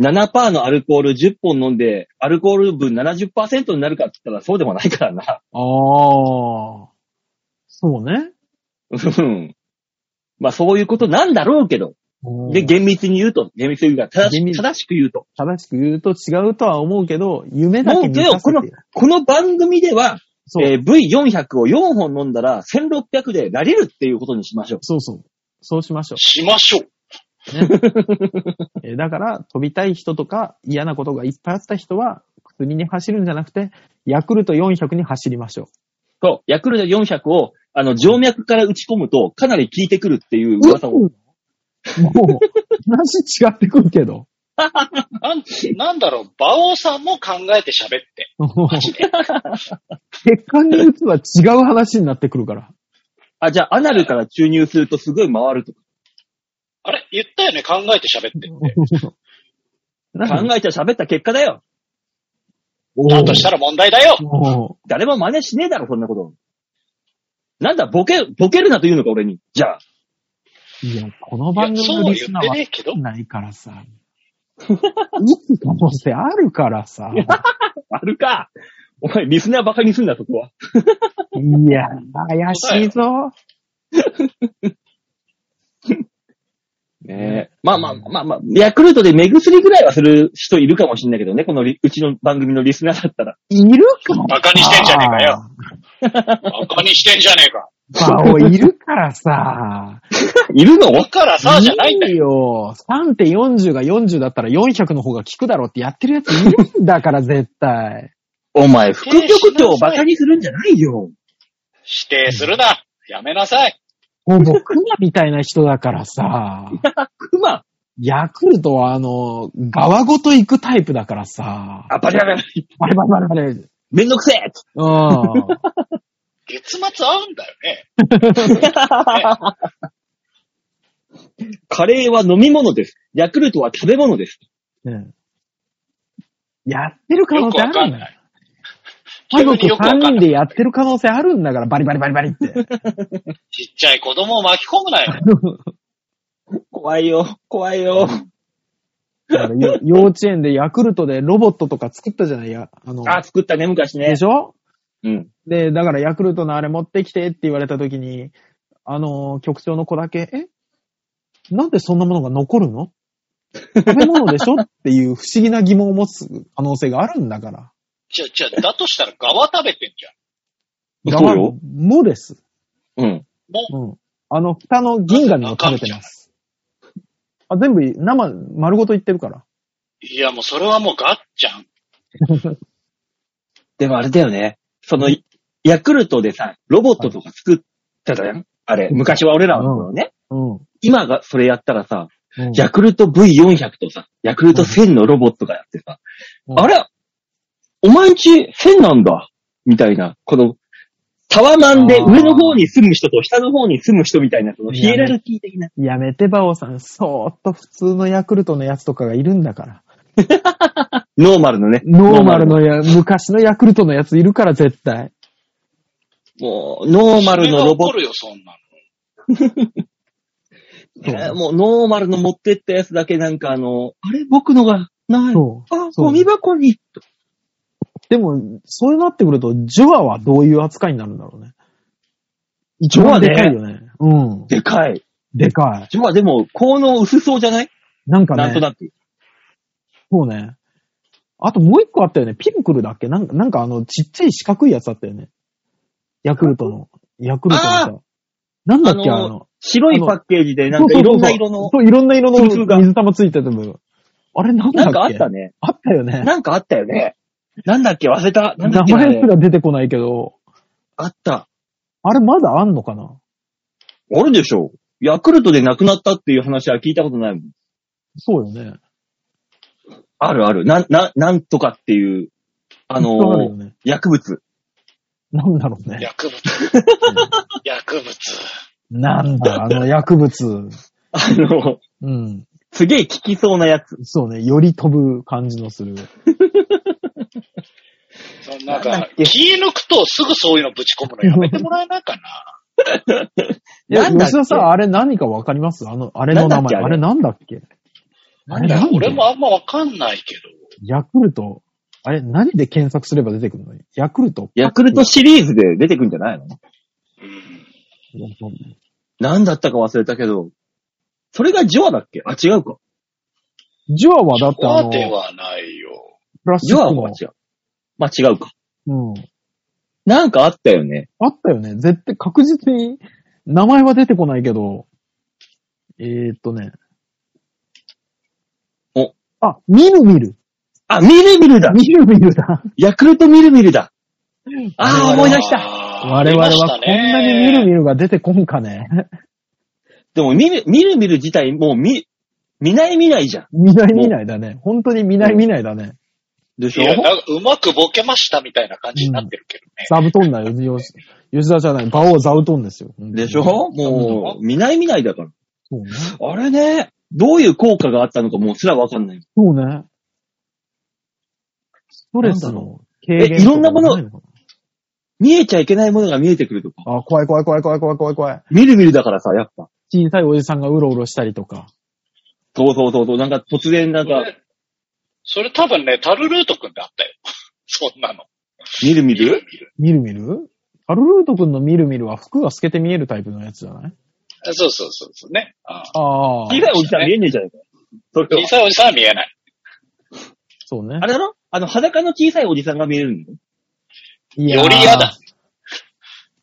Speaker 2: ー、7%のアルコール10本飲んで、アルコール分70%になるかって言ったらそうでもないからな。
Speaker 3: ああ。そうね。
Speaker 2: うんまあそういうことなんだろうけど。で、
Speaker 3: で、
Speaker 2: 厳密に言うと、厳密に言うか、正し
Speaker 3: 厳
Speaker 2: く
Speaker 3: 密
Speaker 2: 正しく言うと。
Speaker 3: 正しく言うと違うとは思うけど、夢だけ見
Speaker 2: もう
Speaker 3: さ
Speaker 2: け
Speaker 3: せ
Speaker 2: ど
Speaker 3: て。
Speaker 2: この番組では、
Speaker 3: そう、
Speaker 2: えー V400 を4本飲んだら1600でなれるっていうことにしましょう。
Speaker 3: そうそう。そうしましょう。
Speaker 4: しましょう。
Speaker 3: えーだから、飛びたい人とか嫌なことがいっぱいあった人は、薬に走るんじゃなくて、ヤクルト400に走りましょ
Speaker 2: そう。ヤクルト400を、あの、静脈から打ち込むと、かなり効いてくるっていう
Speaker 3: う。
Speaker 2: 噂を。
Speaker 3: もう、話違ってくるけ ど。
Speaker 4: なん、なんだろう、馬王さんも考えて喋って。
Speaker 3: 血管に打つは違う話になってくるから。
Speaker 2: あ、じゃあ、アナルから注入するとすごい回るとか。
Speaker 4: あれ言ったよね考えて喋ってって。
Speaker 3: なん
Speaker 2: 考
Speaker 3: か
Speaker 2: えちゃ喋った結果だよ。
Speaker 4: だとしたら問題だよ
Speaker 3: も
Speaker 2: 誰も真似しねえだろ、そんなこと。なんだ、ボケ、ボケるなと言うのか、俺に。じゃあ。
Speaker 3: う、いや、この
Speaker 4: いや
Speaker 3: 番組
Speaker 4: そう
Speaker 3: の
Speaker 4: は
Speaker 3: リ
Speaker 4: 言
Speaker 3: ス
Speaker 4: っ
Speaker 3: ナー
Speaker 4: て
Speaker 3: は
Speaker 4: ねえけど。
Speaker 3: ないからさ。 打つ可能性あるからさ。
Speaker 2: あるか。お前、リスナーバカにすんな、そこは。
Speaker 3: いや、怪しいぞ。
Speaker 2: ねえ。まあまあまあまあ、ヤクルトで目薬ぐらいはする人いるかもしんないけどね、このリうちの番組のリスナーだったら。
Speaker 3: いるか
Speaker 4: バカにしてんじゃねえかよ。バカにしてんじゃねえか。
Speaker 3: バオいるからさ。
Speaker 2: いるの
Speaker 4: だからさ、じゃないんだよ。
Speaker 3: いよ。3.40が40だったら400の方が効くだろうってやってるやついるんだから、絶対。
Speaker 2: お前、副局長をバカにするんじゃないよ。
Speaker 4: 指定するな。やめなさい。
Speaker 3: もう僕らみたいな人だからさ。
Speaker 2: クマ、
Speaker 3: ヤクルトはあの、側ごと行くタイプだからさ。
Speaker 2: あ、バリバリバリ、
Speaker 3: バレバレバレバレ。うん。
Speaker 2: めんどくせえ
Speaker 4: 月末合うんだよね。
Speaker 2: カレーは飲み物です。ヤクルトは食べ物です。
Speaker 3: ねやってる可能
Speaker 4: よく
Speaker 3: 性あ
Speaker 4: わか
Speaker 3: る
Speaker 4: ん
Speaker 3: んだ
Speaker 4: ない。
Speaker 3: 家
Speaker 4: 急に
Speaker 3: 族
Speaker 4: よくわ
Speaker 3: 3
Speaker 4: かん
Speaker 3: 人
Speaker 4: ない。
Speaker 3: でやってる可能性あるんだから、バリバリバリバリって。
Speaker 4: ちっちゃい子供を巻き込むなよ。
Speaker 2: 怖いよ、怖いよ。
Speaker 3: だからよ幼稚園でヤクルトでロボットとか作ったじゃないや、あの、
Speaker 2: あ、作ったね、昔ね
Speaker 3: で。しょ
Speaker 2: うん。
Speaker 3: で、だからヤクルトのあれ持ってきてって言われた時に、あの、局長の子だけ、えなんでそんなものが残るの食べ物でしょっていう不思議な疑問を持つ可能性があるんだから。
Speaker 4: じゃ、じゃ、だとしたら側食べてんじゃん。
Speaker 2: そうよ。
Speaker 3: もです。
Speaker 2: うん。
Speaker 4: も
Speaker 3: うん。あの、蓋の銀紙を食べ てます。あ、全部生、丸ごといってるから。
Speaker 4: う、いやもうそれはもうガッちゃん。
Speaker 2: でもあれだよね。その、ヤクルトでさ、ロボットとか作ったじゃんあれ、昔は俺らの頃ね。
Speaker 3: うん。う
Speaker 2: 今がそれやったらさ、
Speaker 3: ん
Speaker 2: ヤクルト V400 とさ、ヤクルト1000のロボットがやってさ、
Speaker 3: うん
Speaker 2: あれお前んち1000なんだみたいな、この、タワマンで上の方に住む人と下の方に住む人みたいな、そのヒエラルキー的な。
Speaker 3: やめて、バオさん。そーっと普通のヤクルトのやつとかがいるんだから。
Speaker 2: ノーマルのね。
Speaker 3: ノーマルのや、昔のヤクルトのやついるから、絶対。
Speaker 2: もう、ノーマルのロボッ
Speaker 4: そ
Speaker 2: ト。
Speaker 4: れが怒るよ、そんなの。
Speaker 2: ねもうノーマルの持ってったやつだけなんかあの、あれ僕のがない。
Speaker 3: そう。
Speaker 2: あ、
Speaker 3: そう
Speaker 2: ゴミ箱に。
Speaker 3: でも、そうなってくると、ジョアはどういう扱いになるんだろうね。
Speaker 2: ジョアね
Speaker 3: でかいよね。うん。
Speaker 2: でかい。
Speaker 3: でか
Speaker 2: ジョアでも、効能薄そうじゃない
Speaker 3: い。なんかね。
Speaker 2: なんとなく。
Speaker 3: そうね。あともう一個あったよね。ピルクルだっけなんか、なんかあの、ちっちゃい四角いやつあったよね。ヤクルトの。ヤクルトの
Speaker 2: あ
Speaker 3: さ。なんだっけ
Speaker 2: あ
Speaker 3: あ
Speaker 2: の
Speaker 3: の、
Speaker 2: 白いパッケージで、なんかいろんな色の、
Speaker 3: そう、いろんな色の
Speaker 2: 工夫が
Speaker 3: 水玉ついてた分。あれなんだ
Speaker 2: な
Speaker 3: っけ
Speaker 2: んかあったね。
Speaker 3: あったよね。
Speaker 2: なんかあったよね。なんだっけ忘れた。なんだ
Speaker 3: 名
Speaker 2: っけあ
Speaker 3: 前
Speaker 2: れ
Speaker 3: すら出てこないけど、
Speaker 2: あった。
Speaker 3: あれまだあんのかな
Speaker 2: あるでしょ。ヤクルトでなくなったっていう話は聞いたことないもん。
Speaker 3: そうよね。
Speaker 2: あるある。なん、な、なんとかっていう、あの
Speaker 3: そうるよね。
Speaker 2: 薬物。
Speaker 3: なんだろうね。
Speaker 4: 薬物。薬物。
Speaker 3: なんだ、あの薬物。
Speaker 2: あの、
Speaker 3: うん。
Speaker 2: すげえ効きそうなやつ。
Speaker 3: そうね。より飛ぶ感じのする。
Speaker 4: そのなん
Speaker 2: なんだ
Speaker 4: か
Speaker 2: っけ、
Speaker 4: 気抜くとすぐそういうのぶち込むのやめてもらえないかな。
Speaker 3: いや、
Speaker 2: なんだっけ
Speaker 3: 吉田さん、あれ何かわかりますあの、あれの名
Speaker 2: なんだっけ
Speaker 3: 前。
Speaker 2: あれ
Speaker 3: あれなんだっけあれなんだ
Speaker 4: 俺もあんまわかんないけど。
Speaker 3: ヤクルト、あれ何で検索すれば出てくるのヤクルト
Speaker 2: ヤクルトシリーズで出てくんじゃないの
Speaker 4: うん。
Speaker 2: なんだったか忘れたけど、それがジョアだっけあ、違うか。
Speaker 3: ジョアはだってあ
Speaker 4: そう
Speaker 3: の、
Speaker 4: で
Speaker 3: プ
Speaker 4: はないよ。
Speaker 3: ラス
Speaker 2: ジ
Speaker 3: チッ
Speaker 2: ョ
Speaker 3: ク
Speaker 2: ア
Speaker 3: の
Speaker 2: は違う。まあ、違うか。
Speaker 3: うん。
Speaker 2: なんかあったよね。
Speaker 3: あったよね。絶対確実に、名前は出てこないけど、えー、っとね。
Speaker 2: お。
Speaker 3: あ、ミルミル。
Speaker 2: あ、ミルミルだ
Speaker 3: ミルミルだ。
Speaker 2: ヤクルトミルミルだああ、思い出した
Speaker 4: た
Speaker 3: 我々はこんなにミルミルが出てこんかね。
Speaker 2: でも、ミル、ミルミル自体もう見、見ない見ないじゃん。
Speaker 3: 見ない見ないだね。本当に見ない見ないだね。
Speaker 2: でし
Speaker 4: い
Speaker 2: ょ
Speaker 4: や、なんかうまくボケましたみたいな感じになってるけどね。
Speaker 3: 座 布団だよ。吉吉田じゃない。馬王座布団ですよ。
Speaker 2: でしょもう、見ない見ないだから。
Speaker 3: そうね。
Speaker 2: あれね、どういう効果があったのかもうすらわかんない。
Speaker 3: そうね。ストレス
Speaker 2: なんだ
Speaker 3: の軽減
Speaker 2: えいろんなもの
Speaker 3: とかいのか
Speaker 2: 見えちゃいけないものが見えてくるとか。
Speaker 3: なあ、怖い怖い怖い怖い怖い怖い怖い。
Speaker 2: みるみるだからさ、やっぱ。
Speaker 3: 小さいおじさんがうろうろしたりとか。
Speaker 2: そうそうそうそう。なんか突然なん
Speaker 4: そ
Speaker 2: か、
Speaker 4: れ、それ多分ね、タルルート君であったよ。 そんなの。
Speaker 2: みるみ
Speaker 4: 見
Speaker 2: る
Speaker 4: る見る
Speaker 3: みるみるアルルート君のみるみるは服が透けて見えるタイプのやつじゃない
Speaker 4: そうそうそうそうね。ああ
Speaker 3: ああ
Speaker 2: 小。さいおじさん見えねえじゃねえか。それ
Speaker 4: 小
Speaker 2: は
Speaker 4: さいおじさんは見えない。
Speaker 3: そうね
Speaker 2: あ。れだろあの、裸の小さいおじさんが見えるの
Speaker 3: いやー
Speaker 4: より嫌だ。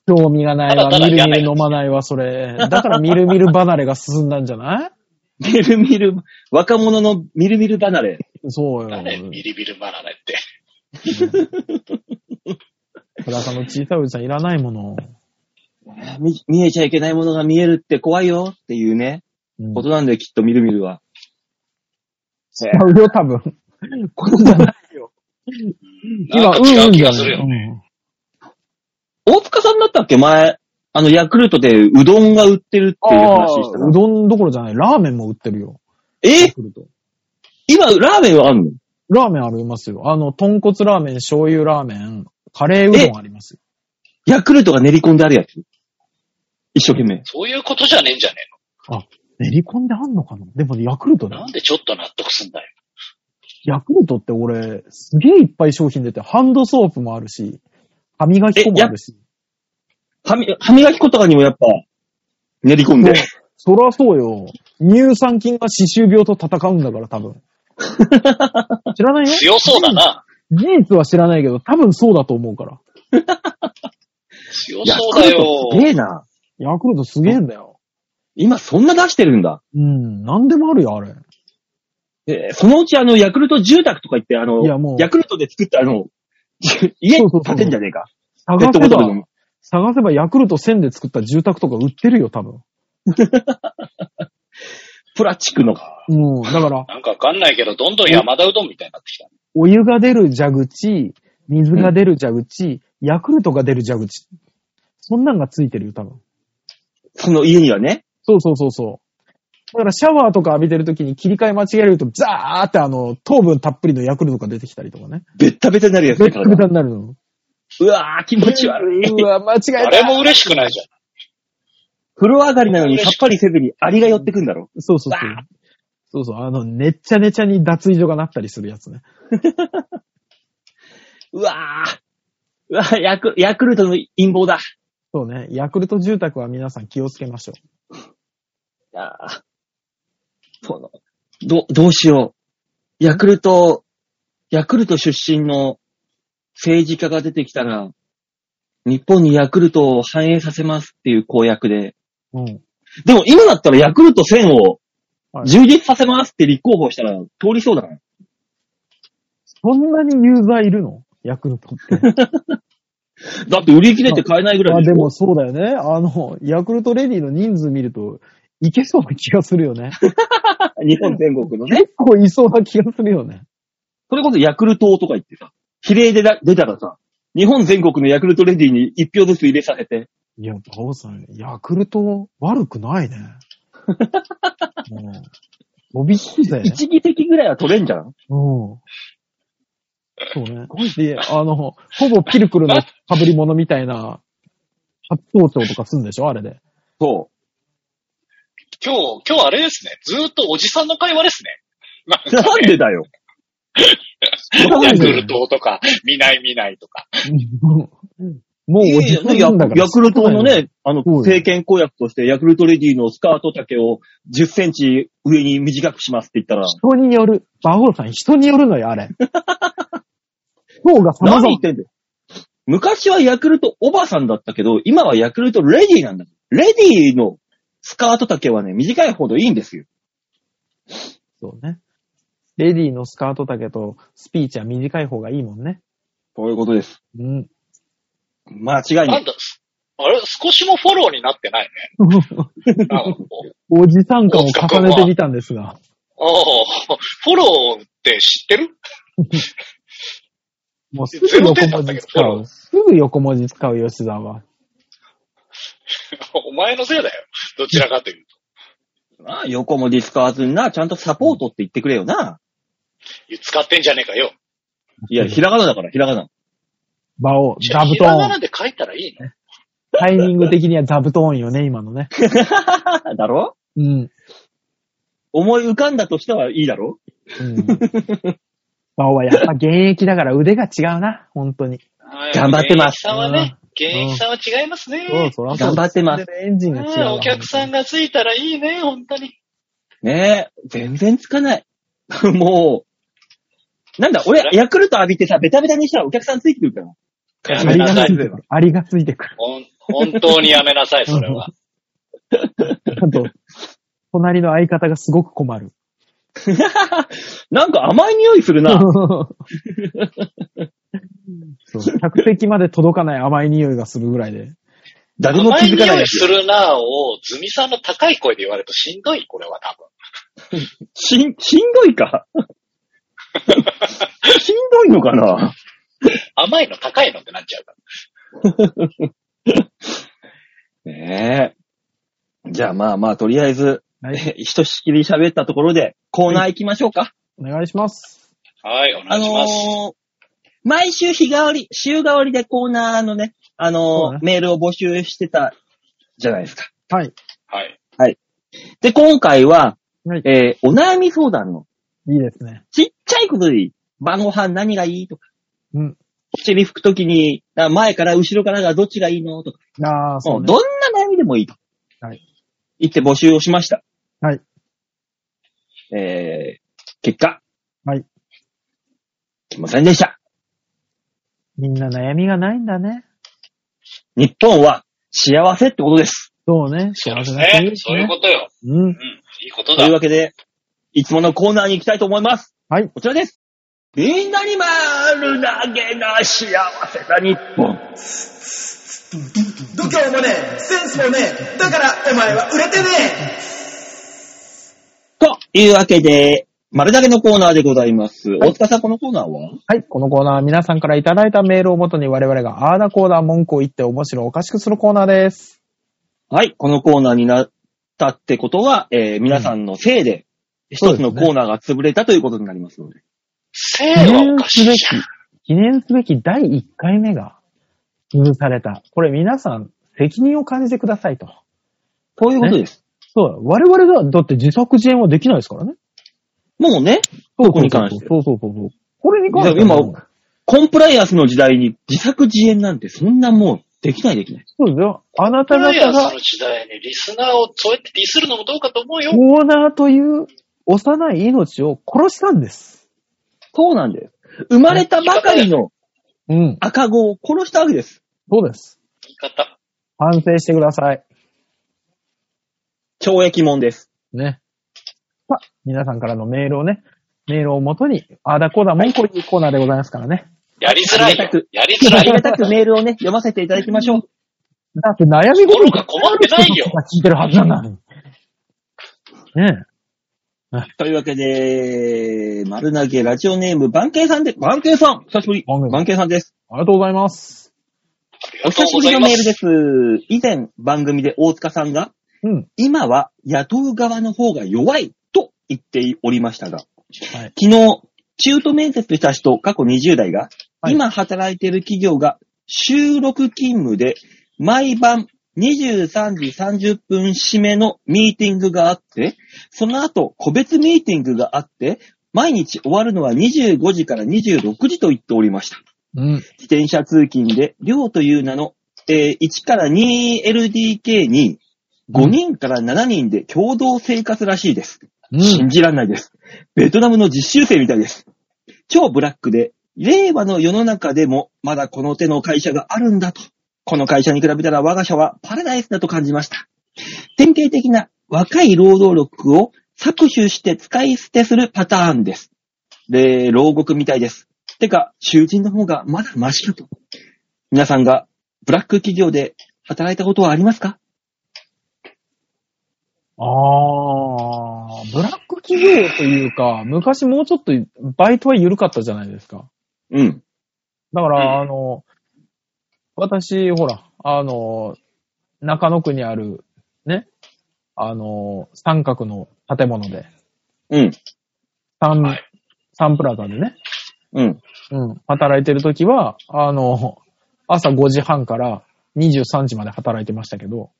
Speaker 3: 興味がないわ。
Speaker 4: ただただ
Speaker 3: みる
Speaker 4: 嫌
Speaker 3: み
Speaker 4: な
Speaker 3: る
Speaker 4: やつ
Speaker 3: 飲まないわ、それ。だからみるみる離れが進んだんじゃない
Speaker 2: みるみる、若者のみるみる離れ。
Speaker 3: そうよ。
Speaker 4: 誰ビリビリ離れって。
Speaker 3: 裸の小さいおじさんいらないもの。
Speaker 2: み見えちゃいけないものが見えるって怖いよっていうね、
Speaker 3: うん
Speaker 2: ことなんだよ、きっとみるみるは。
Speaker 3: 違うよ、多分。これじゃない。
Speaker 4: なん
Speaker 3: 今、
Speaker 4: か
Speaker 3: うん
Speaker 4: 違
Speaker 3: う
Speaker 4: うん気
Speaker 3: じゃな
Speaker 4: が
Speaker 3: い
Speaker 4: するよね。
Speaker 3: うん
Speaker 2: 大塚さんだったっけ前、あの、ヤクルトでうどんが売ってるっていう
Speaker 3: ああ
Speaker 2: 話したな
Speaker 3: うどんどころじゃない。ラーメンも売ってるよ。
Speaker 2: え
Speaker 3: 来ると
Speaker 2: 今、ラーメンはあんの
Speaker 3: ラーメンありますよ。あの、豚骨ラーメン、醤油ラーメン、カレーうどんありますよ。
Speaker 2: ヤクルトが練り込んであるやつ一生懸命。
Speaker 4: そういうことじゃねえんじゃね
Speaker 3: 練り込んであんのかなでも、ヤクルト
Speaker 4: えの。
Speaker 3: だ
Speaker 4: な。んでちょっと納得すんだよ。
Speaker 3: ヤクルトって俺、すげえいっぱい商品出て、ハンドソープもあるし、歯磨き粉もあるし。
Speaker 2: 歯み歯磨き粉とかにもやっぱ、練り込んで。
Speaker 3: そらそうよ。乳酸菌が歯周病と戦うんだから、多分。知らないよ
Speaker 4: 強そうだな。
Speaker 3: 事実は知らないけど、多分そうだと思うから。
Speaker 4: 強
Speaker 2: ヤ
Speaker 4: そう
Speaker 2: ク
Speaker 4: だ
Speaker 2: ルトす
Speaker 4: よ。
Speaker 2: げえな。
Speaker 3: ヤクルトすげえんだよ。
Speaker 2: 今そんな出してるんだ。
Speaker 3: うん、なんでもあるよ、あれ。
Speaker 2: えーそのうちあの、ヤクルト住宅とか言って、あの
Speaker 3: いやも、う
Speaker 2: ヤクルトで作ったあの、 家
Speaker 3: そうそうそう
Speaker 2: 建てんじゃねえか。ペッ
Speaker 3: 探
Speaker 2: トボ
Speaker 3: せ
Speaker 2: ト
Speaker 3: ば
Speaker 2: ルの。
Speaker 3: 探せばヤクルト1000で作った住宅とか売ってるよ、多分。
Speaker 2: プラチックの。
Speaker 3: うん。だから、
Speaker 4: なんかわかんないけど、どんどん山田うどんみたいになってきた。
Speaker 3: お湯が出る蛇口、水が出る蛇口、ヤクルトが出る蛇口。そんなんがついてるよ、多分。
Speaker 2: その家にはね。
Speaker 3: そうそうそうそう。だからシャワーとか浴びてる時に切り替え間違えると、ザーってあの、糖分たっぷりのヤクルトが出てきたりとかね。
Speaker 2: べったべたになるやつ
Speaker 3: ベ
Speaker 2: だ
Speaker 3: ッ
Speaker 2: か
Speaker 3: タベ
Speaker 2: ら。
Speaker 3: タになるの。
Speaker 2: うわー、気持ち悪い。
Speaker 3: うわ、間違えた。
Speaker 4: あれも嬉しくないじゃん。
Speaker 2: 風呂上がりなのにさっぱりせずにアリが寄ってくんだろ。
Speaker 3: そうそうそう
Speaker 2: わー。
Speaker 3: そうそう、あの、ねっちゃねちゃに脱衣所がなったりするやつね。
Speaker 2: うわぁ。うわヤク、ヤクルトの陰謀だ。
Speaker 3: そうね。ヤクルト住宅は皆さん気をつけましょ
Speaker 2: いやーその、ど、どうしよう。ヤクルト、ヤクルト出身の政治家が出てきたら、日本にヤクルトを反映させますっていう公約で。
Speaker 3: う。うん。
Speaker 2: でも今だったらヤクルト1000を
Speaker 3: はい
Speaker 2: 充実させますって立候補したら通りそうだな。
Speaker 3: そんなにユーザーいるのヤクルトって。
Speaker 2: だって売り切れて買えないぐら
Speaker 3: まあ
Speaker 2: いで
Speaker 3: で
Speaker 2: しょ
Speaker 3: もそうだよね。あの、ヤクルトレディの人数見ると、いけそうな気がするよ ね。
Speaker 2: 日本全国のね。
Speaker 3: 結構いそうな気がするよね。
Speaker 2: それこそヤクルトとか言ってさ、比例でだ出たらさ、日本全国のヤクルトレディに1票ずつ入れさせて、
Speaker 3: いや、バオさん、ヤクルト悪くない ね。もう、びっくりだよね。
Speaker 2: 1議席ぐらいは取れんじゃん
Speaker 3: うん。そうね。で、あの、ほぼピルクルの被り物みたいな、発頭長とかすんでしょあれ で。
Speaker 2: そう。
Speaker 4: 今日、今日あれですね。ずーっとおじさんの会話ですね。なんか
Speaker 2: なんでだよ。
Speaker 4: ヤクルトとか、見ない見ないとか。
Speaker 3: もうおじさんなんだから。
Speaker 2: ヤクルトのね、あの、
Speaker 3: そうよ
Speaker 2: 政権公約として、ヤクルトレディのスカート丈を10センチ上に短くしますって言ったら、
Speaker 3: 人による。馬王さん、人によるのよ、あ れ。層が様
Speaker 2: 何
Speaker 3: 々
Speaker 2: 言っ。てんだよ。昔はヤクルトおばさんだったけど、今はヤクルトレディなんだ。レディのスカート丈はね、短いほどいいんですよ。
Speaker 3: そうね。レディーのスカート丈とスピーチは短い方がいいもんね。
Speaker 2: そういうことです。
Speaker 3: うん。
Speaker 2: 間違いな
Speaker 4: ないん。だ、あれ少しもフォローになってないね。なんかこ う
Speaker 3: おじさん感を重ねてみたんですが。
Speaker 4: ああ、フォローって知ってる
Speaker 3: もうすぐ横文字使う。すぐ横文字使う吉沢は。
Speaker 4: お前のせいだよ。どちらかというと。
Speaker 2: なあ横もディスカーズにな、ちゃんとサポートって言ってくれよな。
Speaker 4: 使ってんじゃねえかよ。
Speaker 2: いや、ひらがなだから、ひらがな。
Speaker 3: 馬王、
Speaker 4: じゃ
Speaker 3: 座
Speaker 4: あ、
Speaker 3: 布
Speaker 4: ひらが
Speaker 3: 団。
Speaker 4: なで書いたらいいの
Speaker 3: タイミング的には座布団よね、今のね。
Speaker 2: だろ
Speaker 3: うん。
Speaker 2: 思い浮かんだとしてはいいだろ
Speaker 3: うん。 馬王はやっぱ現役だから腕が違うな、本当に。
Speaker 2: 頑張ってます
Speaker 4: 現役さんはね、現役さんは違いますね。
Speaker 3: そら
Speaker 2: 頑張ってます。
Speaker 3: エンジンが違う
Speaker 4: うん
Speaker 3: わ。
Speaker 4: お客さんがついたらいいね、本当に。
Speaker 2: ねえ、全然つかない。 もう、なんだ、俺、ヤクルト浴びてさ、ベタベタにしたらお客さんついてくるから。
Speaker 4: や
Speaker 3: あ
Speaker 4: め
Speaker 3: り
Speaker 4: な
Speaker 3: が
Speaker 4: さ
Speaker 3: つい
Speaker 4: い。
Speaker 3: てくる。ありがついてくる。
Speaker 4: ほん本当にやめなさい、それは。
Speaker 3: あと、隣の相方がすごく困る。
Speaker 2: なんか甘い匂いす るな。
Speaker 3: そう客席まで届かない甘い匂いがするぐらいで。
Speaker 2: 誰も
Speaker 4: 甘
Speaker 2: 気
Speaker 4: い
Speaker 2: づかない
Speaker 4: 匂
Speaker 2: や
Speaker 4: い
Speaker 2: つ
Speaker 4: するなぁを、ズミさんの高い声で言われるとしんどい、これは多分。
Speaker 2: しん、しんどい か。しんどいのかな
Speaker 4: 甘いの高いのってなっちゃうから。
Speaker 2: ねえ。じゃあまあまあ、とりあえず、
Speaker 3: はい、
Speaker 2: ひとしきり喋ったところで、コーナー行きましょうか。
Speaker 3: お願いします。
Speaker 4: はい、お
Speaker 2: あ
Speaker 4: 願いします。
Speaker 2: のー毎週日替わり、週替わりでコーナーのね、あ
Speaker 3: そ
Speaker 2: の
Speaker 3: う
Speaker 2: ー
Speaker 3: ね
Speaker 2: メールを募集してたじゃないですか。
Speaker 3: はい。
Speaker 4: はい。
Speaker 2: で、今回は、
Speaker 3: はい
Speaker 2: えーお悩み相談の、
Speaker 3: いいですね。
Speaker 2: ちっちゃいことでいい。晩ご飯何がいいとか。
Speaker 3: うん。
Speaker 2: お尻拭くときに、あ前から後ろからがどっちがいいのとか。
Speaker 3: ああ、そう、
Speaker 2: もう
Speaker 3: ね。
Speaker 2: どんな悩みでもいいと。
Speaker 3: はい。
Speaker 2: 言って募集をしました。
Speaker 3: はい。
Speaker 2: えー、結果。
Speaker 3: はい。
Speaker 2: 来ませんでした。
Speaker 3: みんな悩みがないんだね。
Speaker 2: 日本は幸せってことです。
Speaker 3: そうね。
Speaker 4: そう
Speaker 3: 幸
Speaker 4: です
Speaker 3: せな
Speaker 4: ね
Speaker 3: 国で。す
Speaker 4: そういうことよ。
Speaker 3: うん。
Speaker 4: いいこと
Speaker 2: と
Speaker 4: だ
Speaker 2: いう。わけで、いつものコーナーに行きたいと思います。
Speaker 3: はい
Speaker 2: こちらです。みんなに丸投げな幸せな日本。
Speaker 1: 度胸もねえセンスもねえだからお前は売れてねえ
Speaker 2: というわけで、丸投げのコーナーでございます。大塚さん、このコーナーは
Speaker 3: はい。このコーナーは皆さんからいただいたメールをもとに我々があーだこーだ文句を言って面白おかしくするコーナーです。
Speaker 2: はい、このコーナーになったってことは、えー皆さんのせいで、一つのコーナーが潰れたということになりますので。
Speaker 4: 性
Speaker 3: 記
Speaker 4: はお
Speaker 3: 念
Speaker 4: か
Speaker 3: す
Speaker 4: しい
Speaker 3: べき
Speaker 4: じゃん。、
Speaker 3: 記念すべき第1回目が潰された。これ皆さん責任を感じてくださいと。
Speaker 2: そういうことです。
Speaker 3: そうだよ。我々が、だって自作自演はできないですからね。
Speaker 2: もうね、
Speaker 3: そう
Speaker 2: こに関して
Speaker 3: そうそうそうそう。これに関しては
Speaker 2: だから今コンプライアンスの時代に自作自演なんてそんなもうできないできない。
Speaker 3: そうですよ。あな
Speaker 4: プ
Speaker 3: た
Speaker 4: ライ
Speaker 3: 方
Speaker 4: アンス
Speaker 3: が
Speaker 4: の時代にリスナーをそうやってディスるのもどうかと思うよ。
Speaker 3: オーナーという幼い命を殺したんです。
Speaker 2: そうなんです。生まれたばかりの
Speaker 3: うん。
Speaker 2: 赤子を殺したわけです。
Speaker 3: そうです。
Speaker 4: 言い方。
Speaker 3: 反省してください。
Speaker 2: 懲役もんです。
Speaker 3: ね。さあ、皆さんからのメールをね、メールをもとに、あーだこーだもこういうコーナーでございますからね。
Speaker 4: やりづら
Speaker 2: あ
Speaker 4: い
Speaker 2: りがた
Speaker 4: よ
Speaker 2: く。
Speaker 4: やりづ
Speaker 2: あ
Speaker 4: らい
Speaker 2: り
Speaker 4: よ。
Speaker 2: がたくメールをね、読ませていただきましょう。
Speaker 3: だって悩み事
Speaker 4: 心が困ってないよ。
Speaker 3: 聞いてるはずなんだ。ね
Speaker 2: というわけで、丸投げラジオネーム、番犬さんで、番犬さん久しぶり
Speaker 3: 番犬
Speaker 2: 番犬さんです。
Speaker 3: ありがとうございます。
Speaker 4: あり
Speaker 2: お
Speaker 4: がと
Speaker 2: 久
Speaker 4: う
Speaker 2: しぶり
Speaker 4: ござい
Speaker 2: の
Speaker 4: ま
Speaker 2: メール
Speaker 4: す。
Speaker 2: です。以前、番組で大塚さんが、
Speaker 3: うん。
Speaker 2: 今は雇う側の方が弱いと言っておりましたが、
Speaker 3: はい。
Speaker 2: 昨日、中途面接した人、過去20代が、
Speaker 3: はい
Speaker 2: 今働いている企業が収録勤務で、毎晩23時30分締めのミーティングがあって、その後個別ミーティングがあって、毎日終わるのは25時から26時と言っておりました。
Speaker 3: うん。
Speaker 2: 自転車通勤で、寮という名の、えー1から 2LDK に5人から7人で共同生活らしいです。
Speaker 3: う
Speaker 2: 信
Speaker 3: ん。
Speaker 2: じらんないです。ベトナムの実習生みたいです。超ブラックで、令和の世の中でもまだこの手の会社があるんだと。この会社に比べたら我が社はパラダイスだと感じました。典型的な若い労働力を搾取して使い捨てするパターンです。で、牢獄みたいです。てか、囚人の方がまだマシかと。皆さんがブラック企業で働いたことはありますか
Speaker 3: あー、ブラック企業というか、昔もうちょっとバイトは緩かったじゃないですか。
Speaker 2: うん。
Speaker 3: だか
Speaker 4: う
Speaker 3: ら、
Speaker 4: ん
Speaker 3: あの、私、ほら、あの、中野区にある、ね、あの、三角の建物で、
Speaker 2: うん。
Speaker 3: サン、
Speaker 4: はい
Speaker 3: サンプラザでね、
Speaker 2: うん。
Speaker 3: うん、働いてる時は、あの、朝5時半から23時まで働いてましたけど、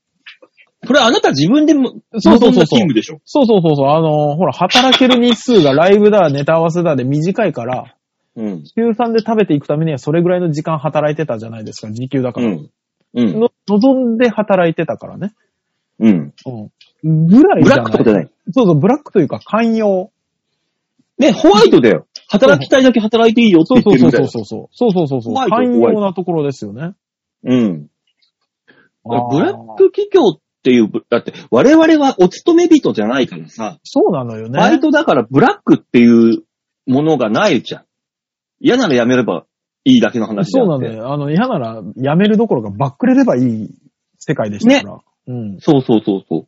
Speaker 2: これあなた自分でも、
Speaker 3: そうそうそうそ
Speaker 2: 望
Speaker 3: う
Speaker 2: んだ勤務でしょ
Speaker 3: そうそうそうそう、あの、ほら、働ける日数がライブだ、ネタ合わせだで短いから、
Speaker 2: うん。
Speaker 3: 週3で食べていくためにはそれぐらいの時間働いてたじゃないですか、時給だか
Speaker 2: う
Speaker 3: ら。
Speaker 2: ん。うん。
Speaker 3: の望んで働いてたからね。
Speaker 2: うん。
Speaker 3: うん。ぐらい
Speaker 2: ブ
Speaker 3: じゃ
Speaker 2: ラ
Speaker 3: な
Speaker 2: ックっ
Speaker 3: い
Speaker 2: てこと
Speaker 3: だ
Speaker 2: ない。
Speaker 3: そうそう、ブラックというか寛容。
Speaker 2: ね、ホワイトだよ。働きたいだけ働いていいよって
Speaker 3: そ
Speaker 2: 言
Speaker 3: う
Speaker 2: って
Speaker 3: そう
Speaker 2: る
Speaker 3: そ
Speaker 2: ん
Speaker 3: う
Speaker 2: だ
Speaker 3: そ
Speaker 2: よ
Speaker 3: う。そうそう。そうそうそうそう。
Speaker 2: ホワイト
Speaker 3: 寛容なところですよね。
Speaker 2: うん。だから
Speaker 3: あー
Speaker 2: ブラック企業っていう、だって我々はお勤め人じゃないからさ、
Speaker 3: そうなのよね。
Speaker 2: バイトだからブラックっていうものがないじゃん。嫌ならやめればいいだけの話で
Speaker 3: そ
Speaker 2: あ
Speaker 3: う
Speaker 2: って。
Speaker 3: なのよ。あの、嫌なら辞めるどころかバックレればいい世界でしたから。うん。
Speaker 2: そうそうそうそう。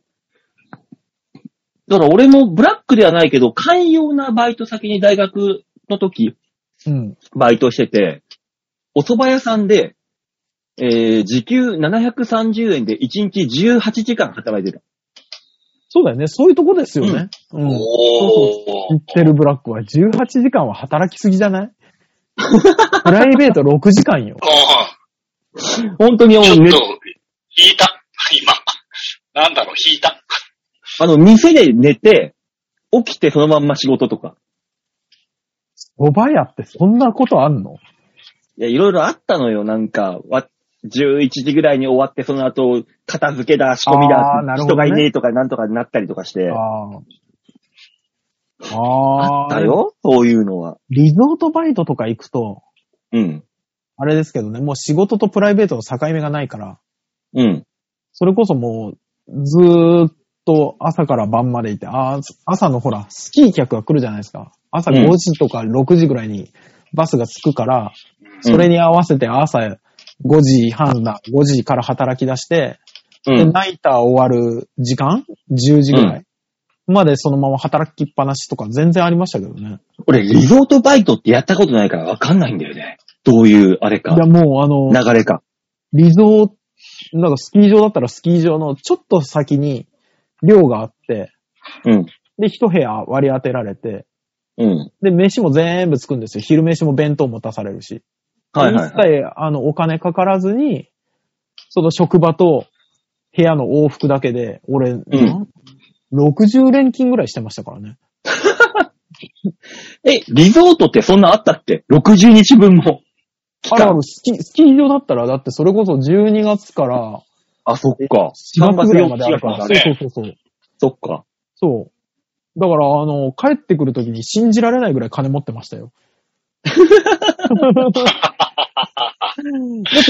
Speaker 2: だから俺もブラックではないけど、寛容なバイト先に大学の時、
Speaker 3: うん。
Speaker 2: バイトしてて、お蕎麦屋さんで、えー、時給730円で1日18時間働いてた。
Speaker 3: そうだよね。そういうとこですよね。うん。言
Speaker 4: おー。
Speaker 3: ってるブラックは18時間は働きすぎじゃ ないプライベート6時間よ。
Speaker 4: お
Speaker 2: 本当に
Speaker 4: ーちょ
Speaker 2: ね
Speaker 4: っと、引いた。今。なんだろう、引いた。
Speaker 2: あの、店で寝て、起きてそのまんま仕事とか。
Speaker 3: おばやってそんなことあんの
Speaker 2: いや、いろいろあったのよ、なんか、わ、11時ぐらいに終わって、その後、片付けだ、仕込み
Speaker 3: あー
Speaker 2: だ、
Speaker 3: なるほ
Speaker 2: 人
Speaker 3: どね
Speaker 2: がいねえとか、なんとかになったりとかして、
Speaker 3: ああ。あ
Speaker 2: あっ
Speaker 3: あ。
Speaker 2: たよ、そういうのは。
Speaker 3: リゾートバイトとか行くと、
Speaker 2: うん。
Speaker 3: あれですけどね、もう仕事とプライベートの境目がないから、
Speaker 2: うん。
Speaker 3: それこそもう、ずーっと朝から晩までいて、あー朝のほら、スキー客が来るじゃないですか。朝
Speaker 2: うん
Speaker 3: 5時とか6時ぐらいにバスが着くから、それに合わせて朝5時半だ、5時から働き出して、
Speaker 2: う
Speaker 3: で
Speaker 2: ん。
Speaker 3: ナイター終わる時間 ?10 時ぐらい。までそのまま働きっぱなしとか全然ありましたけどね。
Speaker 2: 俺、リゾートバイトってやったことないからわかんないんだよね。どういう、あれか
Speaker 3: いや、、もうあの、
Speaker 2: 流れか。
Speaker 3: リゾート、なんかスキー場だったらスキー場のちょっと先に寮があって、
Speaker 2: うん。
Speaker 3: で、一部屋割り当てられて、
Speaker 2: うん。
Speaker 3: で、飯も全部つくんですよ。昼飯も弁当も出されるし。
Speaker 2: はいはい、はい。
Speaker 3: 一切、あの、お金かからずに、その職場と部屋の往復だけで、俺、なん60連勤ぐらいしてましたからね。
Speaker 2: え、リゾートってそんなあったっけ ?60 日分も。
Speaker 3: あるある、スキー、スキー場だったら、だってそれこそ12月から
Speaker 2: あ、そっか。
Speaker 3: 4月ぐらいまであるか
Speaker 4: 4
Speaker 3: ら。
Speaker 4: 月
Speaker 3: そうそうそうそう。
Speaker 2: そっか。
Speaker 3: そう。だから、あの、帰ってくるときに信じられないぐらい金持ってま したよ。だって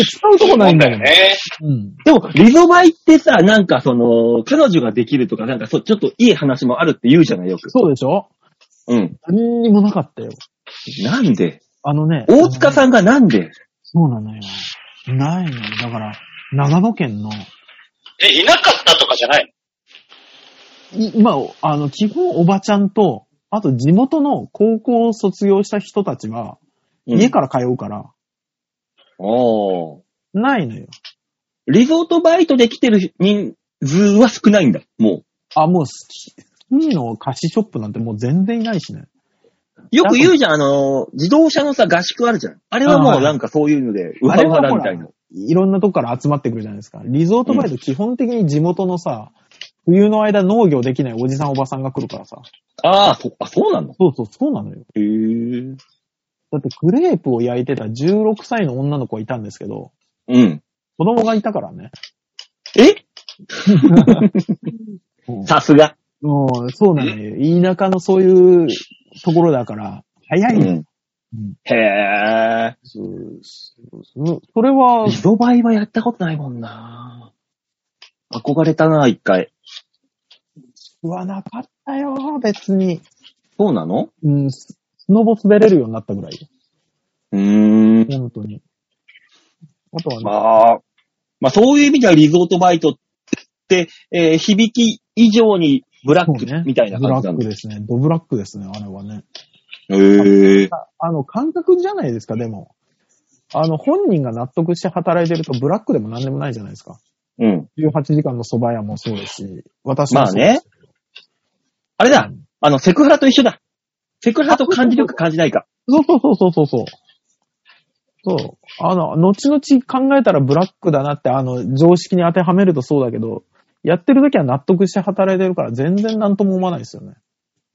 Speaker 3: 使うとこないんだよね。
Speaker 4: ね。
Speaker 3: うん。
Speaker 2: でも、リゾバイってさ、なんかその、彼女ができるとか、なんかそう、ちょっといい話もあるって言うじゃないよく。
Speaker 3: そうでしょ
Speaker 2: うん。
Speaker 3: 何にもなかったよ。
Speaker 2: なんで
Speaker 3: あのね。
Speaker 2: 大塚さんがなんで
Speaker 3: そうなのよ。ないのよ。だから、長野県の、
Speaker 4: え、いなかったとかじゃない
Speaker 3: いまあ、あの、基本おばちゃんと、あと地元の高校を卒業した人たちは、家
Speaker 2: か。
Speaker 3: から通うから、
Speaker 2: おー
Speaker 3: ないのよ。
Speaker 2: リゾートバイトで来てる人数は少ないんだ。も
Speaker 3: あ、もうスキ、スキーの貸しショップなんてもう全然いないしね。
Speaker 2: う。よく言うじゃん、あの、自動車のさ、合宿あるじゃん。あれは
Speaker 3: あ
Speaker 2: も
Speaker 3: ー
Speaker 2: うなんかそういうので、う
Speaker 3: あ
Speaker 2: わ
Speaker 3: れ
Speaker 2: うわ
Speaker 3: は
Speaker 2: だ
Speaker 3: ほ
Speaker 2: みた
Speaker 3: ら
Speaker 2: いな。、
Speaker 3: いろんなとこから集まってくるじゃないですか。リゾートバイト基本的に地元のさ、冬の間農業できないおじさんおばさんが来るからさ。
Speaker 2: ああ、そ、あ、そうなの
Speaker 3: そうそう、そうなのよ。
Speaker 2: へえ。
Speaker 3: だってクレープを焼いてた16歳の女の子がいたんですけど、
Speaker 2: うん。
Speaker 3: 子供がいたからね。
Speaker 2: え
Speaker 3: うん
Speaker 2: さすが。
Speaker 3: もう、そうなのよ。田舎のそういうところだから、早い、
Speaker 2: うん。へえ。
Speaker 3: そうそうそれは、
Speaker 2: リゾバイはやったことないもんな。憧れたな、一回。
Speaker 3: うわなかったよ、別に。
Speaker 2: そうなの
Speaker 3: うん、ススノボ滑れるようになったぐらい。
Speaker 2: うーん。
Speaker 3: 本当に。あとはね、
Speaker 2: まあ、まあそういう意味ではリゾートバイトって、えー響き以上にブラッ
Speaker 3: そう
Speaker 2: クみたいな感じなんだ
Speaker 3: ブラック。ですね。ドブラックですね、あれはね。
Speaker 2: へえ。
Speaker 3: ああの、感覚じゃないですか、でも。あの、本人が納得して働いてると、ブラックでも何でもないじゃないですか。
Speaker 2: うん。
Speaker 3: 18時間の蕎麦屋もそうですし、私もそうですし。
Speaker 2: あれだ
Speaker 3: う、ん
Speaker 2: あの、セクハラと一緒だ。セクハラと感じるか感じないか。
Speaker 3: そうそうそうそうそう。そう。あの、後々考えたらブラックだなって、あの、常識に当てはめるとそうだけど、やってる時は納得して働いてるから、全然何とも思わないですよね。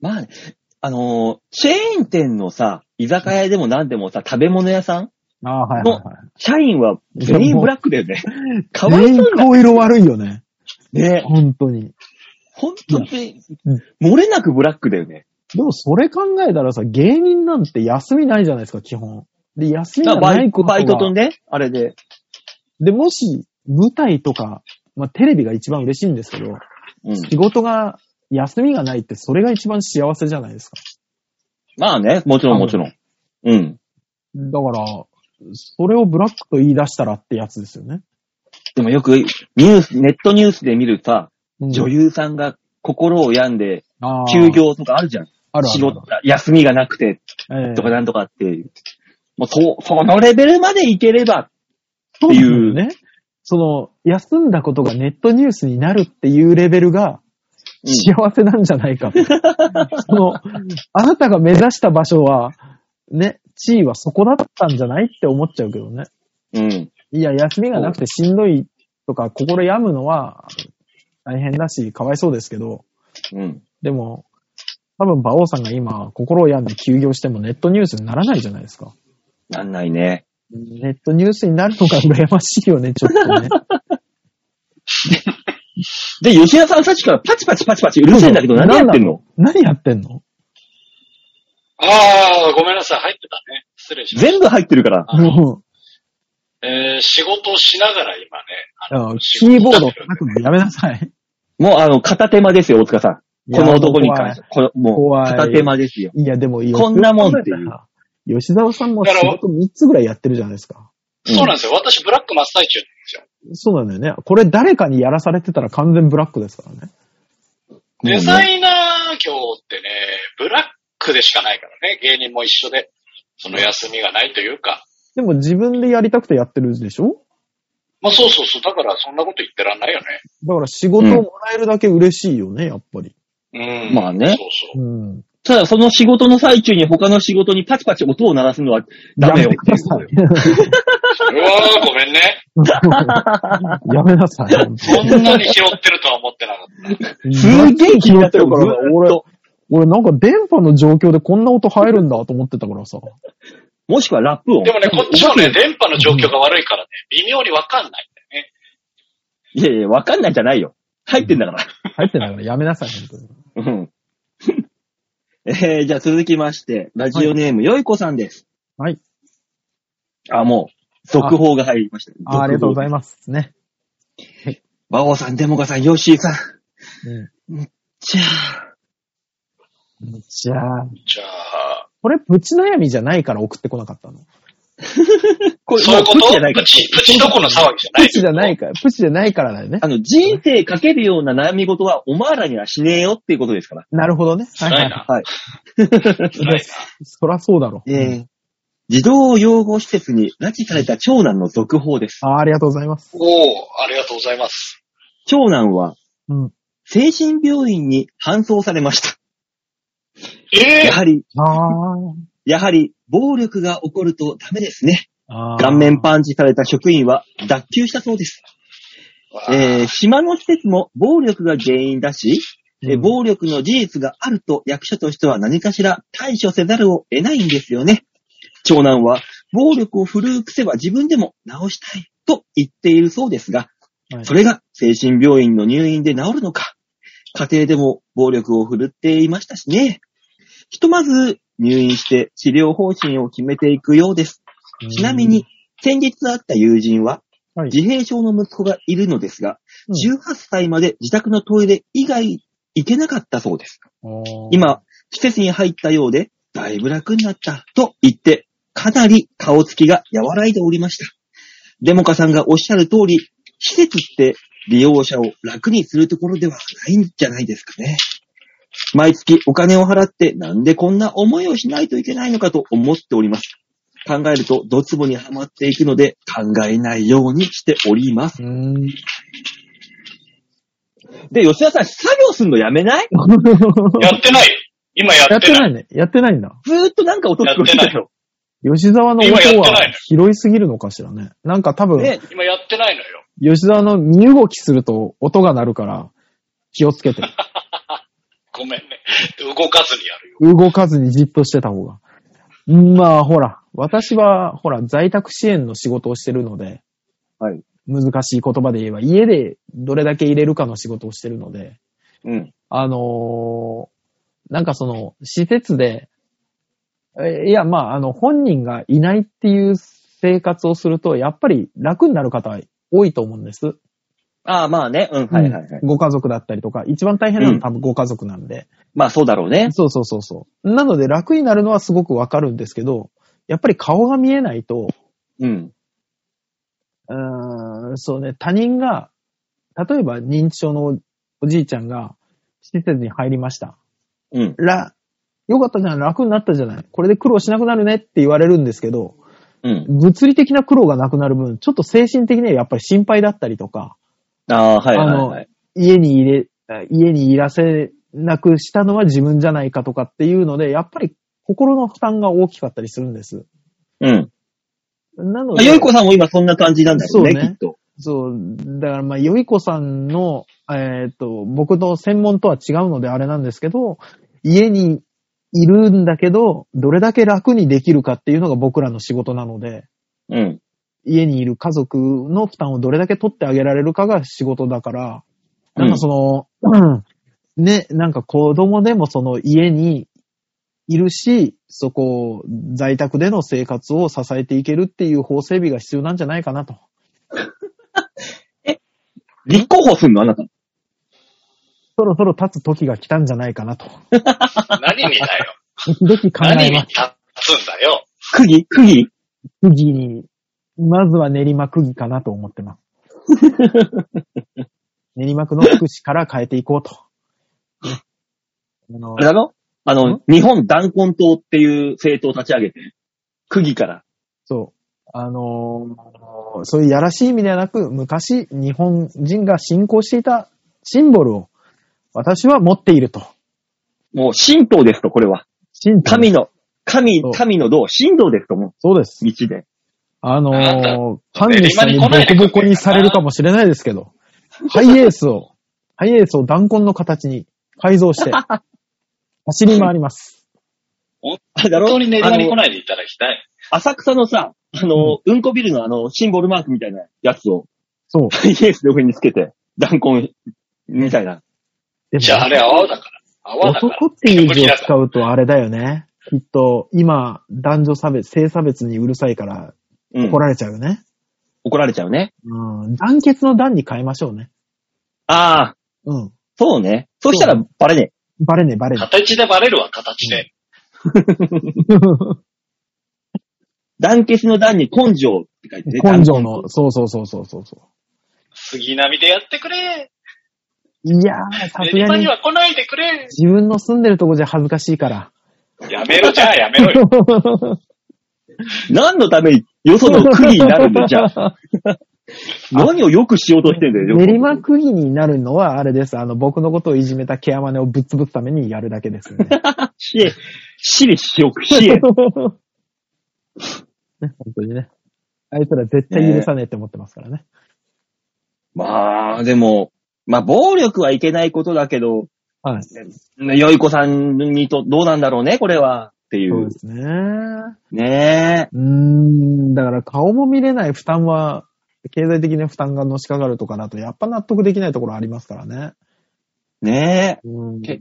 Speaker 2: まあね、あのーチェーン店のさ、居酒屋でも何でもさ、食べ物屋さん
Speaker 3: ああ、はいはいはい。
Speaker 2: 社員は全員ブラックだよね。かわい
Speaker 3: 全員
Speaker 2: そうだ
Speaker 3: 顔色悪いよね。
Speaker 2: ね。
Speaker 3: 本当に。
Speaker 2: 本当に
Speaker 3: うん、
Speaker 2: 漏れなくブラックだよね。
Speaker 3: でもそれ考えたらさ、芸人なんて休みないじゃないですか、基本。で、休みが
Speaker 2: だからバ
Speaker 3: な
Speaker 2: イ
Speaker 3: いことが
Speaker 2: バイトとね、あれで。
Speaker 3: で、もし、舞台とか、まあ、テレビが一番嬉しいんですけど、
Speaker 2: うん。
Speaker 3: 仕事が、休みがないって、それが一番幸せじゃないですか。
Speaker 2: まあね、もちろんもちろん。うん。
Speaker 3: だから、それをブラックと言い出したらってやつですよね。
Speaker 2: でもよくニュース、ネットニュースで見るさ、
Speaker 3: うん
Speaker 2: 女優さんが心を病んで
Speaker 3: あー
Speaker 2: 休業とかあるじゃん。
Speaker 3: あるあ
Speaker 2: 仕
Speaker 3: るある
Speaker 2: 事、休みがなくて
Speaker 3: ええ
Speaker 2: とかなんとかっていう。もうそう、そのレベルまでいければ、ていう
Speaker 3: そうなんだよね。その、休んだことがネットニュースになるっていうレベルが、
Speaker 2: うん
Speaker 3: 幸せなんじゃない かと。その、あなたが目指した場所は、ね、地位はそこだったんじゃないって思っちゃうけどね。
Speaker 2: うん。
Speaker 3: いや、休みがなくてしんどいとか、心病むのは、大変だし、かわいそうですけど、
Speaker 2: うん。
Speaker 3: でも、多分、馬王さんが今、心を病んで休業してもネットニュースにならないじゃないですか。
Speaker 2: なんないね。
Speaker 3: ネットニュースになるのが 羨ましいよね、ちょっ とね。
Speaker 2: で、吉田さんさっきからパチパチパチパチうるせえんだけど何やってんの
Speaker 3: 何やってんの
Speaker 4: ああ、ごめんなさい。入ってたね。失礼しました。
Speaker 2: 全部入ってるから。
Speaker 4: あの
Speaker 3: も
Speaker 4: えー仕事をしながら今ね、
Speaker 3: う、あの
Speaker 4: 仕
Speaker 3: キ
Speaker 4: 事
Speaker 3: ーボード叩くのやめなさい。
Speaker 2: もうあの、片手間ですよ、大塚さん。 この男に関して。このもう、
Speaker 3: 怖い
Speaker 2: 片手間ですよ。
Speaker 3: いや、でも、
Speaker 2: こんなもんっていう
Speaker 3: う。吉沢さんも仕事3つぐらいやってるじゃないですか。
Speaker 4: そうなんですよ。私、ブラック真っ最中なんですよ。
Speaker 3: そうなんだよね。これ誰かにやらされてたら完全ブラックですからね。
Speaker 4: デザイナー業ってね、ブラックでしかないからね。芸人も一緒で。その休みがないというか。
Speaker 3: でも自分でやりたくてやってるでしょ
Speaker 4: まあそうそうそう。だからそんなこと言ってらんないよ
Speaker 3: だから仕事をもらえるだけ嬉しいよね、やっぱり。
Speaker 4: ね。
Speaker 2: まあね
Speaker 4: そうそう。
Speaker 3: うん。
Speaker 2: ただ、その仕事の最中に他の仕事にパチパチ音を鳴らすのはダメよ
Speaker 3: やめてください。
Speaker 4: うわー、ごめんね。
Speaker 3: やめなさい。本
Speaker 4: そんなに拾ってるとは思ってな かった。
Speaker 3: 当に
Speaker 2: すげえ気になってるから、
Speaker 3: 俺
Speaker 2: ずっと
Speaker 3: 俺なんか電波の状況でこんな音入るんだと思ってたからさ。
Speaker 2: もしくはラップ音。
Speaker 4: でもね、こっちもね、電波の状況が悪いからね、微妙にわかんないんだよね。
Speaker 2: いやいや、わかんないじゃないよ。入ってんだから。
Speaker 3: 入ってないからやめなさい、本当に。
Speaker 2: うん。 えー、じゃあ続きまして、ラジオネーム、よいこさんです。
Speaker 3: はい。
Speaker 2: あ、もう、続報が入りました。
Speaker 3: あありがとうござい
Speaker 2: ます。
Speaker 3: ます。ね。
Speaker 2: 馬王さん、デモカさん、ヨッシーさん。
Speaker 3: う
Speaker 2: じゃあ、
Speaker 3: ん。じゃあ、
Speaker 4: じゃあ、
Speaker 3: これプチ悩みじゃないから送ってこなかったの。
Speaker 2: こ
Speaker 4: そういうこと
Speaker 2: まあプチじゃないか
Speaker 4: プ
Speaker 2: ら
Speaker 4: チ、プチどこの騒ぎじゃない。
Speaker 3: プチじゃないから、 プチじゃないからだよね
Speaker 2: あ。の、人生かけるような悩み事はお前らにはしねえよっていうことですから。
Speaker 3: なるほどね。はい
Speaker 4: 辛い
Speaker 3: は
Speaker 4: な。
Speaker 2: はい。
Speaker 4: 辛い
Speaker 3: い。そらそうだろう。
Speaker 2: えー、児童養護施設に拉致された長男の続報です。
Speaker 3: ああ、ありがとうございます。
Speaker 4: な。おー、ありがとうございます。
Speaker 2: 長男は、
Speaker 3: うん。
Speaker 2: 精神病院に搬送されました。
Speaker 4: え
Speaker 2: やはり、
Speaker 3: あ
Speaker 2: やはり、暴力が起こるとダメですね。
Speaker 3: あ。
Speaker 2: 顔面パンチされた職員は脱臼したそうです。
Speaker 4: ー、
Speaker 2: えー島の施設も暴力が原因だし、えー
Speaker 3: うん
Speaker 2: 暴力の事実があると役所としては何かしら対処せざるを得ないんですよね。長男は、暴力を振るう癖は自分でも治したいと言っているそうですが、
Speaker 3: はい
Speaker 2: それが精神病院の入院で治るのか。家庭でも暴力を振るっていましたしね。ひとまず入院して治療方針を決めていくようです。ちなみに、先日会った友人は、
Speaker 3: はい
Speaker 2: 自閉症の息子がいるのですが、
Speaker 3: うん、
Speaker 2: 18歳まで自宅のトイレ以外行けなかったそうです。
Speaker 3: あー、
Speaker 2: 今、施設に入ったようで、だいぶ楽になったと言って、かなり顔つきが和らいでおりました。デモカさんがおっしゃる通り、施設って利用者を楽にするところではないんじゃないですかね。毎月お金を払ってなんでこんな思いをしないといけないのかと思っております。考えるとドツボにはまっていくので考えないようにしております。
Speaker 3: うーん。
Speaker 2: で、吉田さん、作業すんのやめない
Speaker 4: やってないよ。今や
Speaker 3: やっ
Speaker 4: って
Speaker 3: て
Speaker 4: ない。
Speaker 3: ないね。やってないんだ。
Speaker 2: ずーっとなんか音聞こえてたよ。
Speaker 3: 吉沢の音
Speaker 4: 今やってない
Speaker 3: は
Speaker 4: の
Speaker 3: 拾いすぎるのかしらね。なんか多分、
Speaker 2: ね、
Speaker 4: 今やってないのよ。
Speaker 3: 吉沢の身動きすると音が鳴るから、気をつけて。
Speaker 4: ごめんね。動かずにやるよ。
Speaker 3: 動かずにじっとしてた方が。まあ、ほら、私は、ほら、在宅支援の仕事をしてるので、
Speaker 2: はい。
Speaker 3: 難しい言葉で言えば、家でどれだけ入れるかの仕事をしてるので、
Speaker 2: うん。
Speaker 3: あのーなんかその、施設で、えいや、まあ、あの、本人がいないっていう生活をすると、やっぱり楽になる方は多いと思うんです。
Speaker 2: ああ、まあね。うん、はいはいはい。
Speaker 3: うんご家族だったりとか、一番大変なのは多分ご家族なんで。
Speaker 2: まあそうだろうね。
Speaker 3: そうそうそうそう。なので楽になるのはすごくわかるんですけど、やっぱり顔が見えないと、
Speaker 2: うん。
Speaker 3: うーん、そうね、他人が、例えば認知症のおじいちゃんが施設に入りました。
Speaker 2: うん。
Speaker 3: ら、よかったじゃん、楽になったじゃない。これで苦労しなくなるねって言われるんですけど、
Speaker 2: うん。
Speaker 3: 物理的な苦労がなくなる分、ちょっと精神的にはやっぱり心配だったりとか、
Speaker 2: ああ、はいはいはい。
Speaker 3: 家に入れ、あ家にいらせなくしたのは自分じゃないかとかっていうので、やっぱり心の負担が大きかったりするんです。
Speaker 2: うん。
Speaker 3: な
Speaker 2: ま
Speaker 3: の
Speaker 2: あ、
Speaker 3: で、
Speaker 2: よいこさんも今そんな感じなんだよね、
Speaker 3: そうね
Speaker 2: きっと。
Speaker 3: そう、だからまあ、よいこさんの、えっ、と、僕の専門とは違うのであれなんですけど、家にいるんだけど、どれだけ楽にできるかっていうのが僕らの仕事なので、
Speaker 2: うん。
Speaker 3: 家にいる家族の負担をどれだけ取ってあげられるかが仕事だから、
Speaker 2: うん
Speaker 3: なんかその、ね、なんか子供でもその家にいるし、そこ、在宅での生活を支えていけるっていう法整備が必要なんじゃないかなと。
Speaker 2: 立候補すんのあなた。
Speaker 3: そろそろ立つ時が来たんじゃないかなと。
Speaker 4: 何にだよ。
Speaker 3: 時々考
Speaker 4: 何
Speaker 3: え
Speaker 4: に
Speaker 3: ます。
Speaker 4: 立つんだよ。
Speaker 2: 区議区議
Speaker 3: 区議に、まずは練馬区議かなと思ってます。練馬区の福祉から変えていこうと。ねあの
Speaker 2: あれだろあの、日本断根党っていう政党立ち上げて、区議から。
Speaker 3: そう。あのーそういうやらしい意味ではなく、昔日本人が信仰していたシンボルを私は持っていると。
Speaker 2: もう神道ですと、これは。
Speaker 3: 神道
Speaker 2: 神の、神
Speaker 3: そう、
Speaker 2: 神の道、神道ですと、も
Speaker 3: そうです
Speaker 2: う、。道で。
Speaker 3: あの
Speaker 4: あな
Speaker 3: ー、パンの下にボコボコにされるかもしれないですけど、ハイエースを、ハイエースを弾痕の形に改造して、走り回ります。
Speaker 2: あれだ
Speaker 4: 本
Speaker 2: ろ
Speaker 4: 当に練馬に来
Speaker 2: あの
Speaker 4: ないでいただきたい。
Speaker 2: 浅草のさ、あの、うんこビルのあの、シンボルマークみたいなやつを、
Speaker 3: そう。
Speaker 2: ハイエースの上につけて、弾痕、みたいな。
Speaker 3: でも
Speaker 4: じゃああれ泡だから。泡だから。
Speaker 3: 男っていう字を使うとあれだよね。きっと、今、男女差別、性差別にうるさいから
Speaker 2: うん
Speaker 3: 怒。られちゃうよね。
Speaker 2: 怒られちゃうね。
Speaker 3: うん。団結の団に変えましょうね。
Speaker 2: ああ、
Speaker 3: うん。
Speaker 2: そうね。そうしたらバレね
Speaker 3: バレねえ、バ レね
Speaker 4: 形でバレるわ、形で。
Speaker 3: え。
Speaker 2: え。団結の団に根性って書いてね。
Speaker 3: 根性の、そうそうそうそうそうそ
Speaker 4: 杉並でやってくれ。
Speaker 3: う。いやー、さす
Speaker 4: 練
Speaker 3: が
Speaker 4: 馬
Speaker 3: に
Speaker 4: には来ないでくれ。
Speaker 3: 自分の住んでるとこじゃ恥ずかしいから。
Speaker 4: やめろ、じゃあやめろよ。
Speaker 2: 何のためによその国になるんだよ、じ ゃあ。何を良くしようとしてんだよ、
Speaker 3: 練馬区議になるのはあれです。あの、僕のことをいじめたケアマネをぶっ潰すためにやるだけ ですね。
Speaker 2: しえ、しりしよく、し
Speaker 3: ね
Speaker 2: え。、
Speaker 3: 本当にね。あいつら絶対許さねえって思ってますからね。
Speaker 2: まあ、でも、まあ、暴力はいけないことだけど、
Speaker 3: はい。
Speaker 2: ねよいこさんにと、どうなんだろうね、これは。ってい
Speaker 3: そう
Speaker 2: う
Speaker 3: で。すね。
Speaker 2: ねえ。
Speaker 3: うーん、だから顔も見れない負担は、経済的な負担がのしかかるとかだと、やっぱ納得できないところありますからね。
Speaker 2: ねえ。
Speaker 3: うん、
Speaker 2: け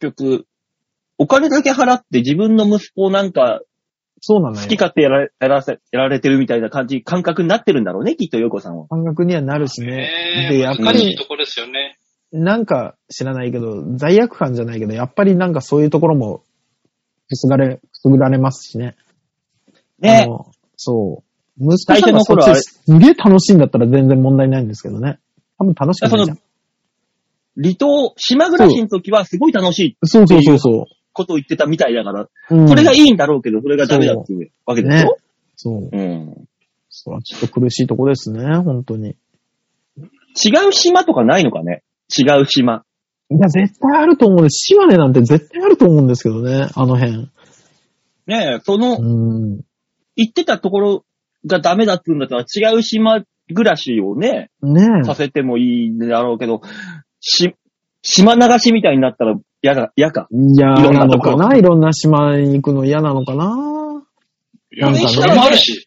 Speaker 2: 結局、お金だけ払って自分の息子をなんか、
Speaker 3: そうなの
Speaker 2: 好
Speaker 3: よ
Speaker 2: き。勝手やられやらせ、やられてるみたいな感じ、感覚になってるんだろうね、きっと、よいこさんは。
Speaker 3: 感覚にはなるし ね。で、やっぱ
Speaker 4: 難しい
Speaker 3: り、
Speaker 4: とこですよね。
Speaker 3: なんか知らないけど、罪悪感じゃないけど、やっぱりなんかそういうところも、くすがれ、くすぐられますしね。あ
Speaker 2: ね
Speaker 3: のそう。息
Speaker 2: 最
Speaker 3: 子
Speaker 2: 初
Speaker 3: さんが
Speaker 2: の
Speaker 3: そっ
Speaker 2: 頃はあれ
Speaker 3: ちすげえ楽しいんだったら全然問題ないんですけどね。多分楽しくないじゃん。
Speaker 2: 離島、島暮らしの時はすごい楽しい
Speaker 3: そうそうそうそ
Speaker 2: ことを言ってたみたいだから、
Speaker 3: う。うん
Speaker 2: それがいいんだろうけど、それがダメだっていうわけでし
Speaker 3: ね
Speaker 2: ょ、。
Speaker 3: そう。
Speaker 2: うん。
Speaker 3: それはちょっと苦しいとこですね、本当に。
Speaker 2: 違う島とかないのかね違う島。
Speaker 3: いや、絶対あると思うんです。島根なんて絶対あると思うんですけどね、あの辺。
Speaker 2: ねえ、その、
Speaker 3: うん。
Speaker 2: 行ってたところがダメだって言うんだったら、違う島暮らしをね、
Speaker 3: ね
Speaker 2: させてもいいだろうけど、し、島流しみたいになったら嫌だ、嫌か。
Speaker 3: え。いや、
Speaker 2: いろん
Speaker 3: な
Speaker 2: な
Speaker 3: の
Speaker 2: とこ
Speaker 3: かな、いろんな島に行くの嫌なのかな。
Speaker 4: いや、
Speaker 3: なんかね
Speaker 4: それもあるし、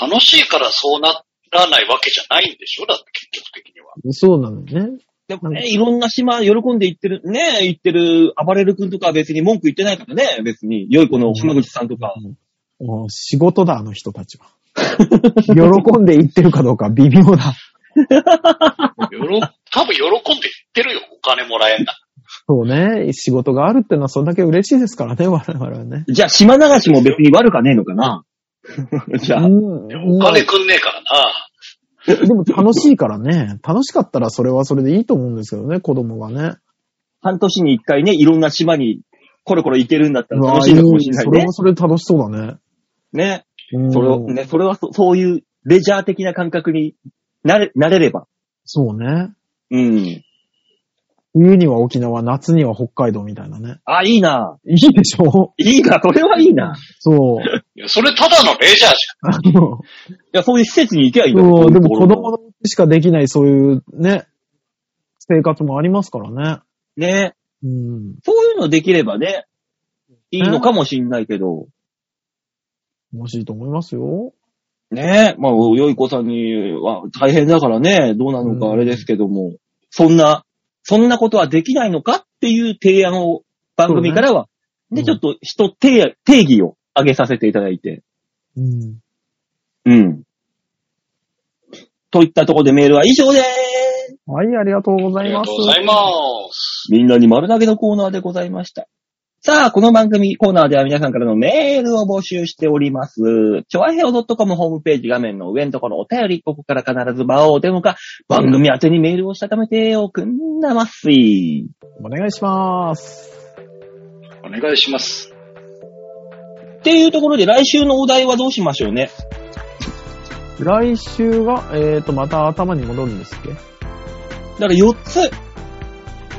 Speaker 4: 楽しいからそうならないわけじゃないんでしょだって結局的に は。
Speaker 3: そうなのよね。
Speaker 2: でもね、いろんな島喜んで行ってる、ねえ、行ってる、暴れる君とかは別に文句言ってないからね、別に。良い子の浜口さんとか。
Speaker 3: もう仕事だ、あの人たちは。喜んで行ってるかどうか微妙だ。
Speaker 4: よろ、多分喜んで言ってるよ。お金もらえんだ。
Speaker 3: そうね。仕事があるってのはそんだけ嬉しいですからね、我々はね。
Speaker 2: じゃあ、島流しも別に悪かねえのか なじゃあ、
Speaker 3: うん
Speaker 4: でもお金くんねえからな。
Speaker 3: まあでも楽しいからね。楽しかったらそれはそれでいいと思うんですけどね、子供がね。
Speaker 2: 半年に一回ね、いろんな島にコロコロ行けるんだったら
Speaker 3: うわ
Speaker 2: 楽しいのかもしれない
Speaker 3: それ
Speaker 2: ね
Speaker 3: は。それで楽しそうだね。
Speaker 2: ね。
Speaker 3: うん
Speaker 2: それを、ね、それはそ、そういうレジャー的な感覚になれ、なれれば。
Speaker 3: そうね。
Speaker 2: うん。
Speaker 3: 冬には沖縄、夏には北海道みたいなね。
Speaker 2: あ、いいな。
Speaker 3: いいでしょ
Speaker 2: いいな、それはいいな。
Speaker 3: そう。
Speaker 4: いや、それただのレジャーじ
Speaker 3: あの、
Speaker 2: いや、そういう施設に行けばいいんだよ
Speaker 3: そう、でも子。
Speaker 2: そういうとこ
Speaker 3: 供
Speaker 2: ろ
Speaker 3: のうちしかできないそういうね、生活もありますからね。
Speaker 2: ね。
Speaker 3: うん。
Speaker 2: そういうのできればね、いいのかもしんないけど。
Speaker 3: 楽しいと思いますよ。
Speaker 2: ねまあ、よい子さんには大変だからね、どうなの
Speaker 3: う
Speaker 2: か
Speaker 3: ん
Speaker 2: あれですけども、そんな、そんなことはできないのかっていう提案を番組からは、
Speaker 3: そうね
Speaker 2: ね、ちょっと人定定義を上げさせていただいて、
Speaker 3: うん。
Speaker 2: うん。といったところでメールは以上でーす。
Speaker 3: はい、ありがとうご
Speaker 4: ゃん。あ
Speaker 3: ざい
Speaker 4: り
Speaker 3: ま
Speaker 4: が
Speaker 3: す
Speaker 4: とう。ございます。
Speaker 2: みんなに丸投げのコーナーでございました。さあ、この番組コーナーでは皆さんからのメールを募集しております。ちょわへお .com ホームページ画面の上のところお便り、ここから必ず場をデモか、番組宛てにメールをしたためておくんなますい。
Speaker 3: お願いします。
Speaker 4: お願いします。
Speaker 2: っていうところで来週のお題はどうしましょうね。
Speaker 3: 来週が、えーと、また頭に戻るんですっけ
Speaker 2: だから4つ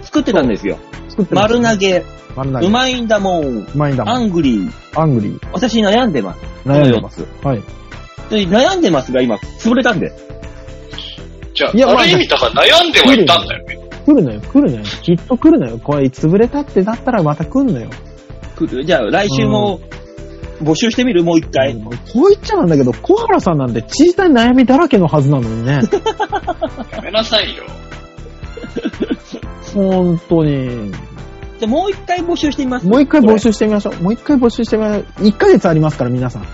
Speaker 2: 作ってたんですよ。
Speaker 3: 作ってます
Speaker 2: 丸投げ、
Speaker 3: 丸投げ。
Speaker 2: うまいんだもん、
Speaker 3: うまいんだも
Speaker 2: ア
Speaker 3: ん。
Speaker 2: ングリー、
Speaker 3: アングリー。
Speaker 2: 私悩んでます。
Speaker 3: 悩んでます。
Speaker 2: す。
Speaker 3: はい。
Speaker 2: で悩んでますが、今、潰れたんで。
Speaker 4: じゃあ、
Speaker 3: いやまあ
Speaker 4: ある意味、だから悩んではいたんだよね。
Speaker 3: 来るのよ、来るのよ。きっと来るのよ。これ、潰れたってなったらまた来んのよ。
Speaker 2: くるじゃあ、来週も、募集してみるもう一回。
Speaker 3: もうこう言っちゃなんだけど、小原さんなんて小さい悩みだらけのはずなの にね。
Speaker 4: やめなさいよ。
Speaker 3: 本当に。
Speaker 2: じゃあ、もう一回募集してみます。
Speaker 3: もう一回募。集してみましょう。もう一回募集してみましょう。1ヶ月ありますから、皆さん。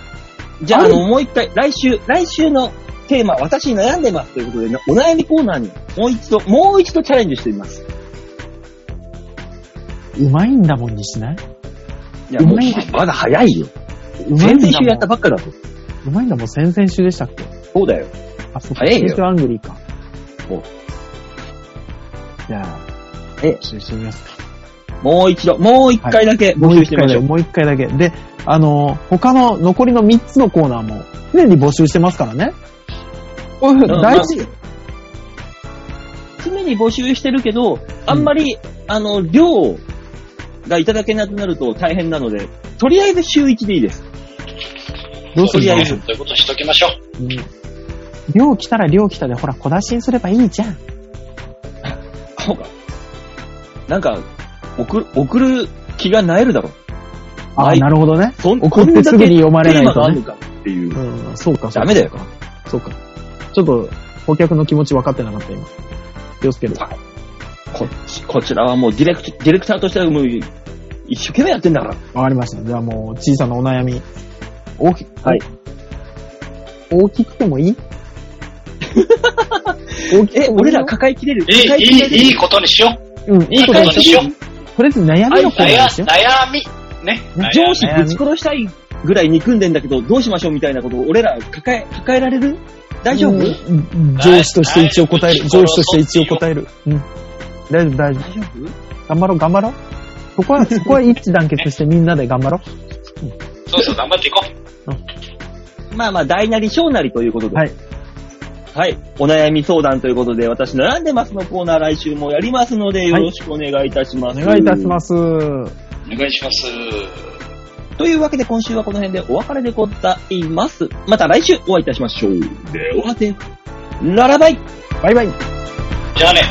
Speaker 2: じゃあ、
Speaker 3: あ
Speaker 2: あ
Speaker 3: る
Speaker 2: の、もう一回、来週、来週のテーマ、私悩んでますということでね、お悩みコーナーに、もう一度、もう一度チャレンジしてみます。
Speaker 3: うまいんだもんにしない
Speaker 2: いや、もう
Speaker 3: うまい、
Speaker 2: まだ早いよ。
Speaker 3: うまい
Speaker 2: 先
Speaker 3: んだ
Speaker 2: 々
Speaker 3: も
Speaker 2: 週
Speaker 3: ん
Speaker 2: やったばっかだと。
Speaker 3: うまいんだもん、先々週でしたっけ
Speaker 2: そうだよ。
Speaker 3: あ、そっか。
Speaker 2: 早いよ
Speaker 3: 先週アングリーか。
Speaker 2: そう
Speaker 3: じゃあ、
Speaker 2: え
Speaker 3: 募集してみますか。
Speaker 2: もう一度、もう一回だけ募集してみましょう。
Speaker 3: もう一回だけ。で、あの、他の残りの3つのコーナーも常に募集してますからね。こういうふう
Speaker 2: うん
Speaker 3: に大事。
Speaker 2: 常に募集してるけど、あんまり、あの、量がいただけなくなると大変なので、とりあえず週1でいいです。
Speaker 3: どうす
Speaker 2: とりあ
Speaker 3: る
Speaker 2: え
Speaker 4: そ
Speaker 2: ず
Speaker 4: ういうことしときましょう。
Speaker 3: うん量来たら量来たで、ほら、小出しにすればいいじゃん。
Speaker 2: そうか。なんか、送る、送る気がなえるだろう。
Speaker 3: あ、
Speaker 2: はい
Speaker 3: なるほどね。
Speaker 2: そん
Speaker 3: 送ってすぐに読まれないと
Speaker 2: こん
Speaker 3: ね
Speaker 2: だけテーマがあるのかっていう。
Speaker 3: うん、そうか。そうか
Speaker 2: ダメだよ。
Speaker 3: そうか。ちょっと、顧客の気持ち分かってなかった、今。気をつける。
Speaker 2: こっち、こちらはもうディレクト、ディレクターとしてはもう、一生懸命やってんだから。
Speaker 3: わかりました。じゃあもう、小さなお悩み。大き、
Speaker 2: はい。
Speaker 3: 大きくてもいい大きく
Speaker 2: え、
Speaker 3: てもい
Speaker 2: 俺
Speaker 3: いよ
Speaker 2: ら抱えきれる
Speaker 4: いい
Speaker 2: 抱え、きれる
Speaker 4: いい、いいことにしよう。
Speaker 3: うん、
Speaker 4: い
Speaker 3: い
Speaker 4: い
Speaker 3: いこ
Speaker 4: こ
Speaker 3: とと
Speaker 4: に
Speaker 3: に
Speaker 4: し
Speaker 3: し
Speaker 4: よ
Speaker 3: よ
Speaker 4: う
Speaker 3: う。。とりあえず悩みのコーナー
Speaker 4: 悩
Speaker 3: ですよ。
Speaker 4: 悩み。ね。
Speaker 2: 上司
Speaker 3: 悩み
Speaker 2: ぶち殺したいぐらい憎んでんだけど、どうしましょうみたいなことを俺ら抱え、抱えられる大丈夫、
Speaker 3: うんうん上司として一応答える。上司として一応答える。うん。大丈夫、大丈
Speaker 2: 大丈夫
Speaker 3: 夫。頑張ろう、頑張ろう。そこは、そこは一致団結してみんなで頑張ろう。
Speaker 4: そうそう、頑張っていこう。
Speaker 2: まあまあ、大なり小なりということで。
Speaker 3: はい。
Speaker 2: はい。お悩み相談ということで、私悩んでますのコーナー来週もやりますので、よろしくお願いいたしま
Speaker 3: お
Speaker 2: す。。
Speaker 3: 願いいたしますす。
Speaker 4: お願いします。
Speaker 2: というわけで今週はこの辺でお別れでございます。また来週お会いいたしましょう。ではでは、ララバイ
Speaker 3: バイバイ。
Speaker 4: じゃあね。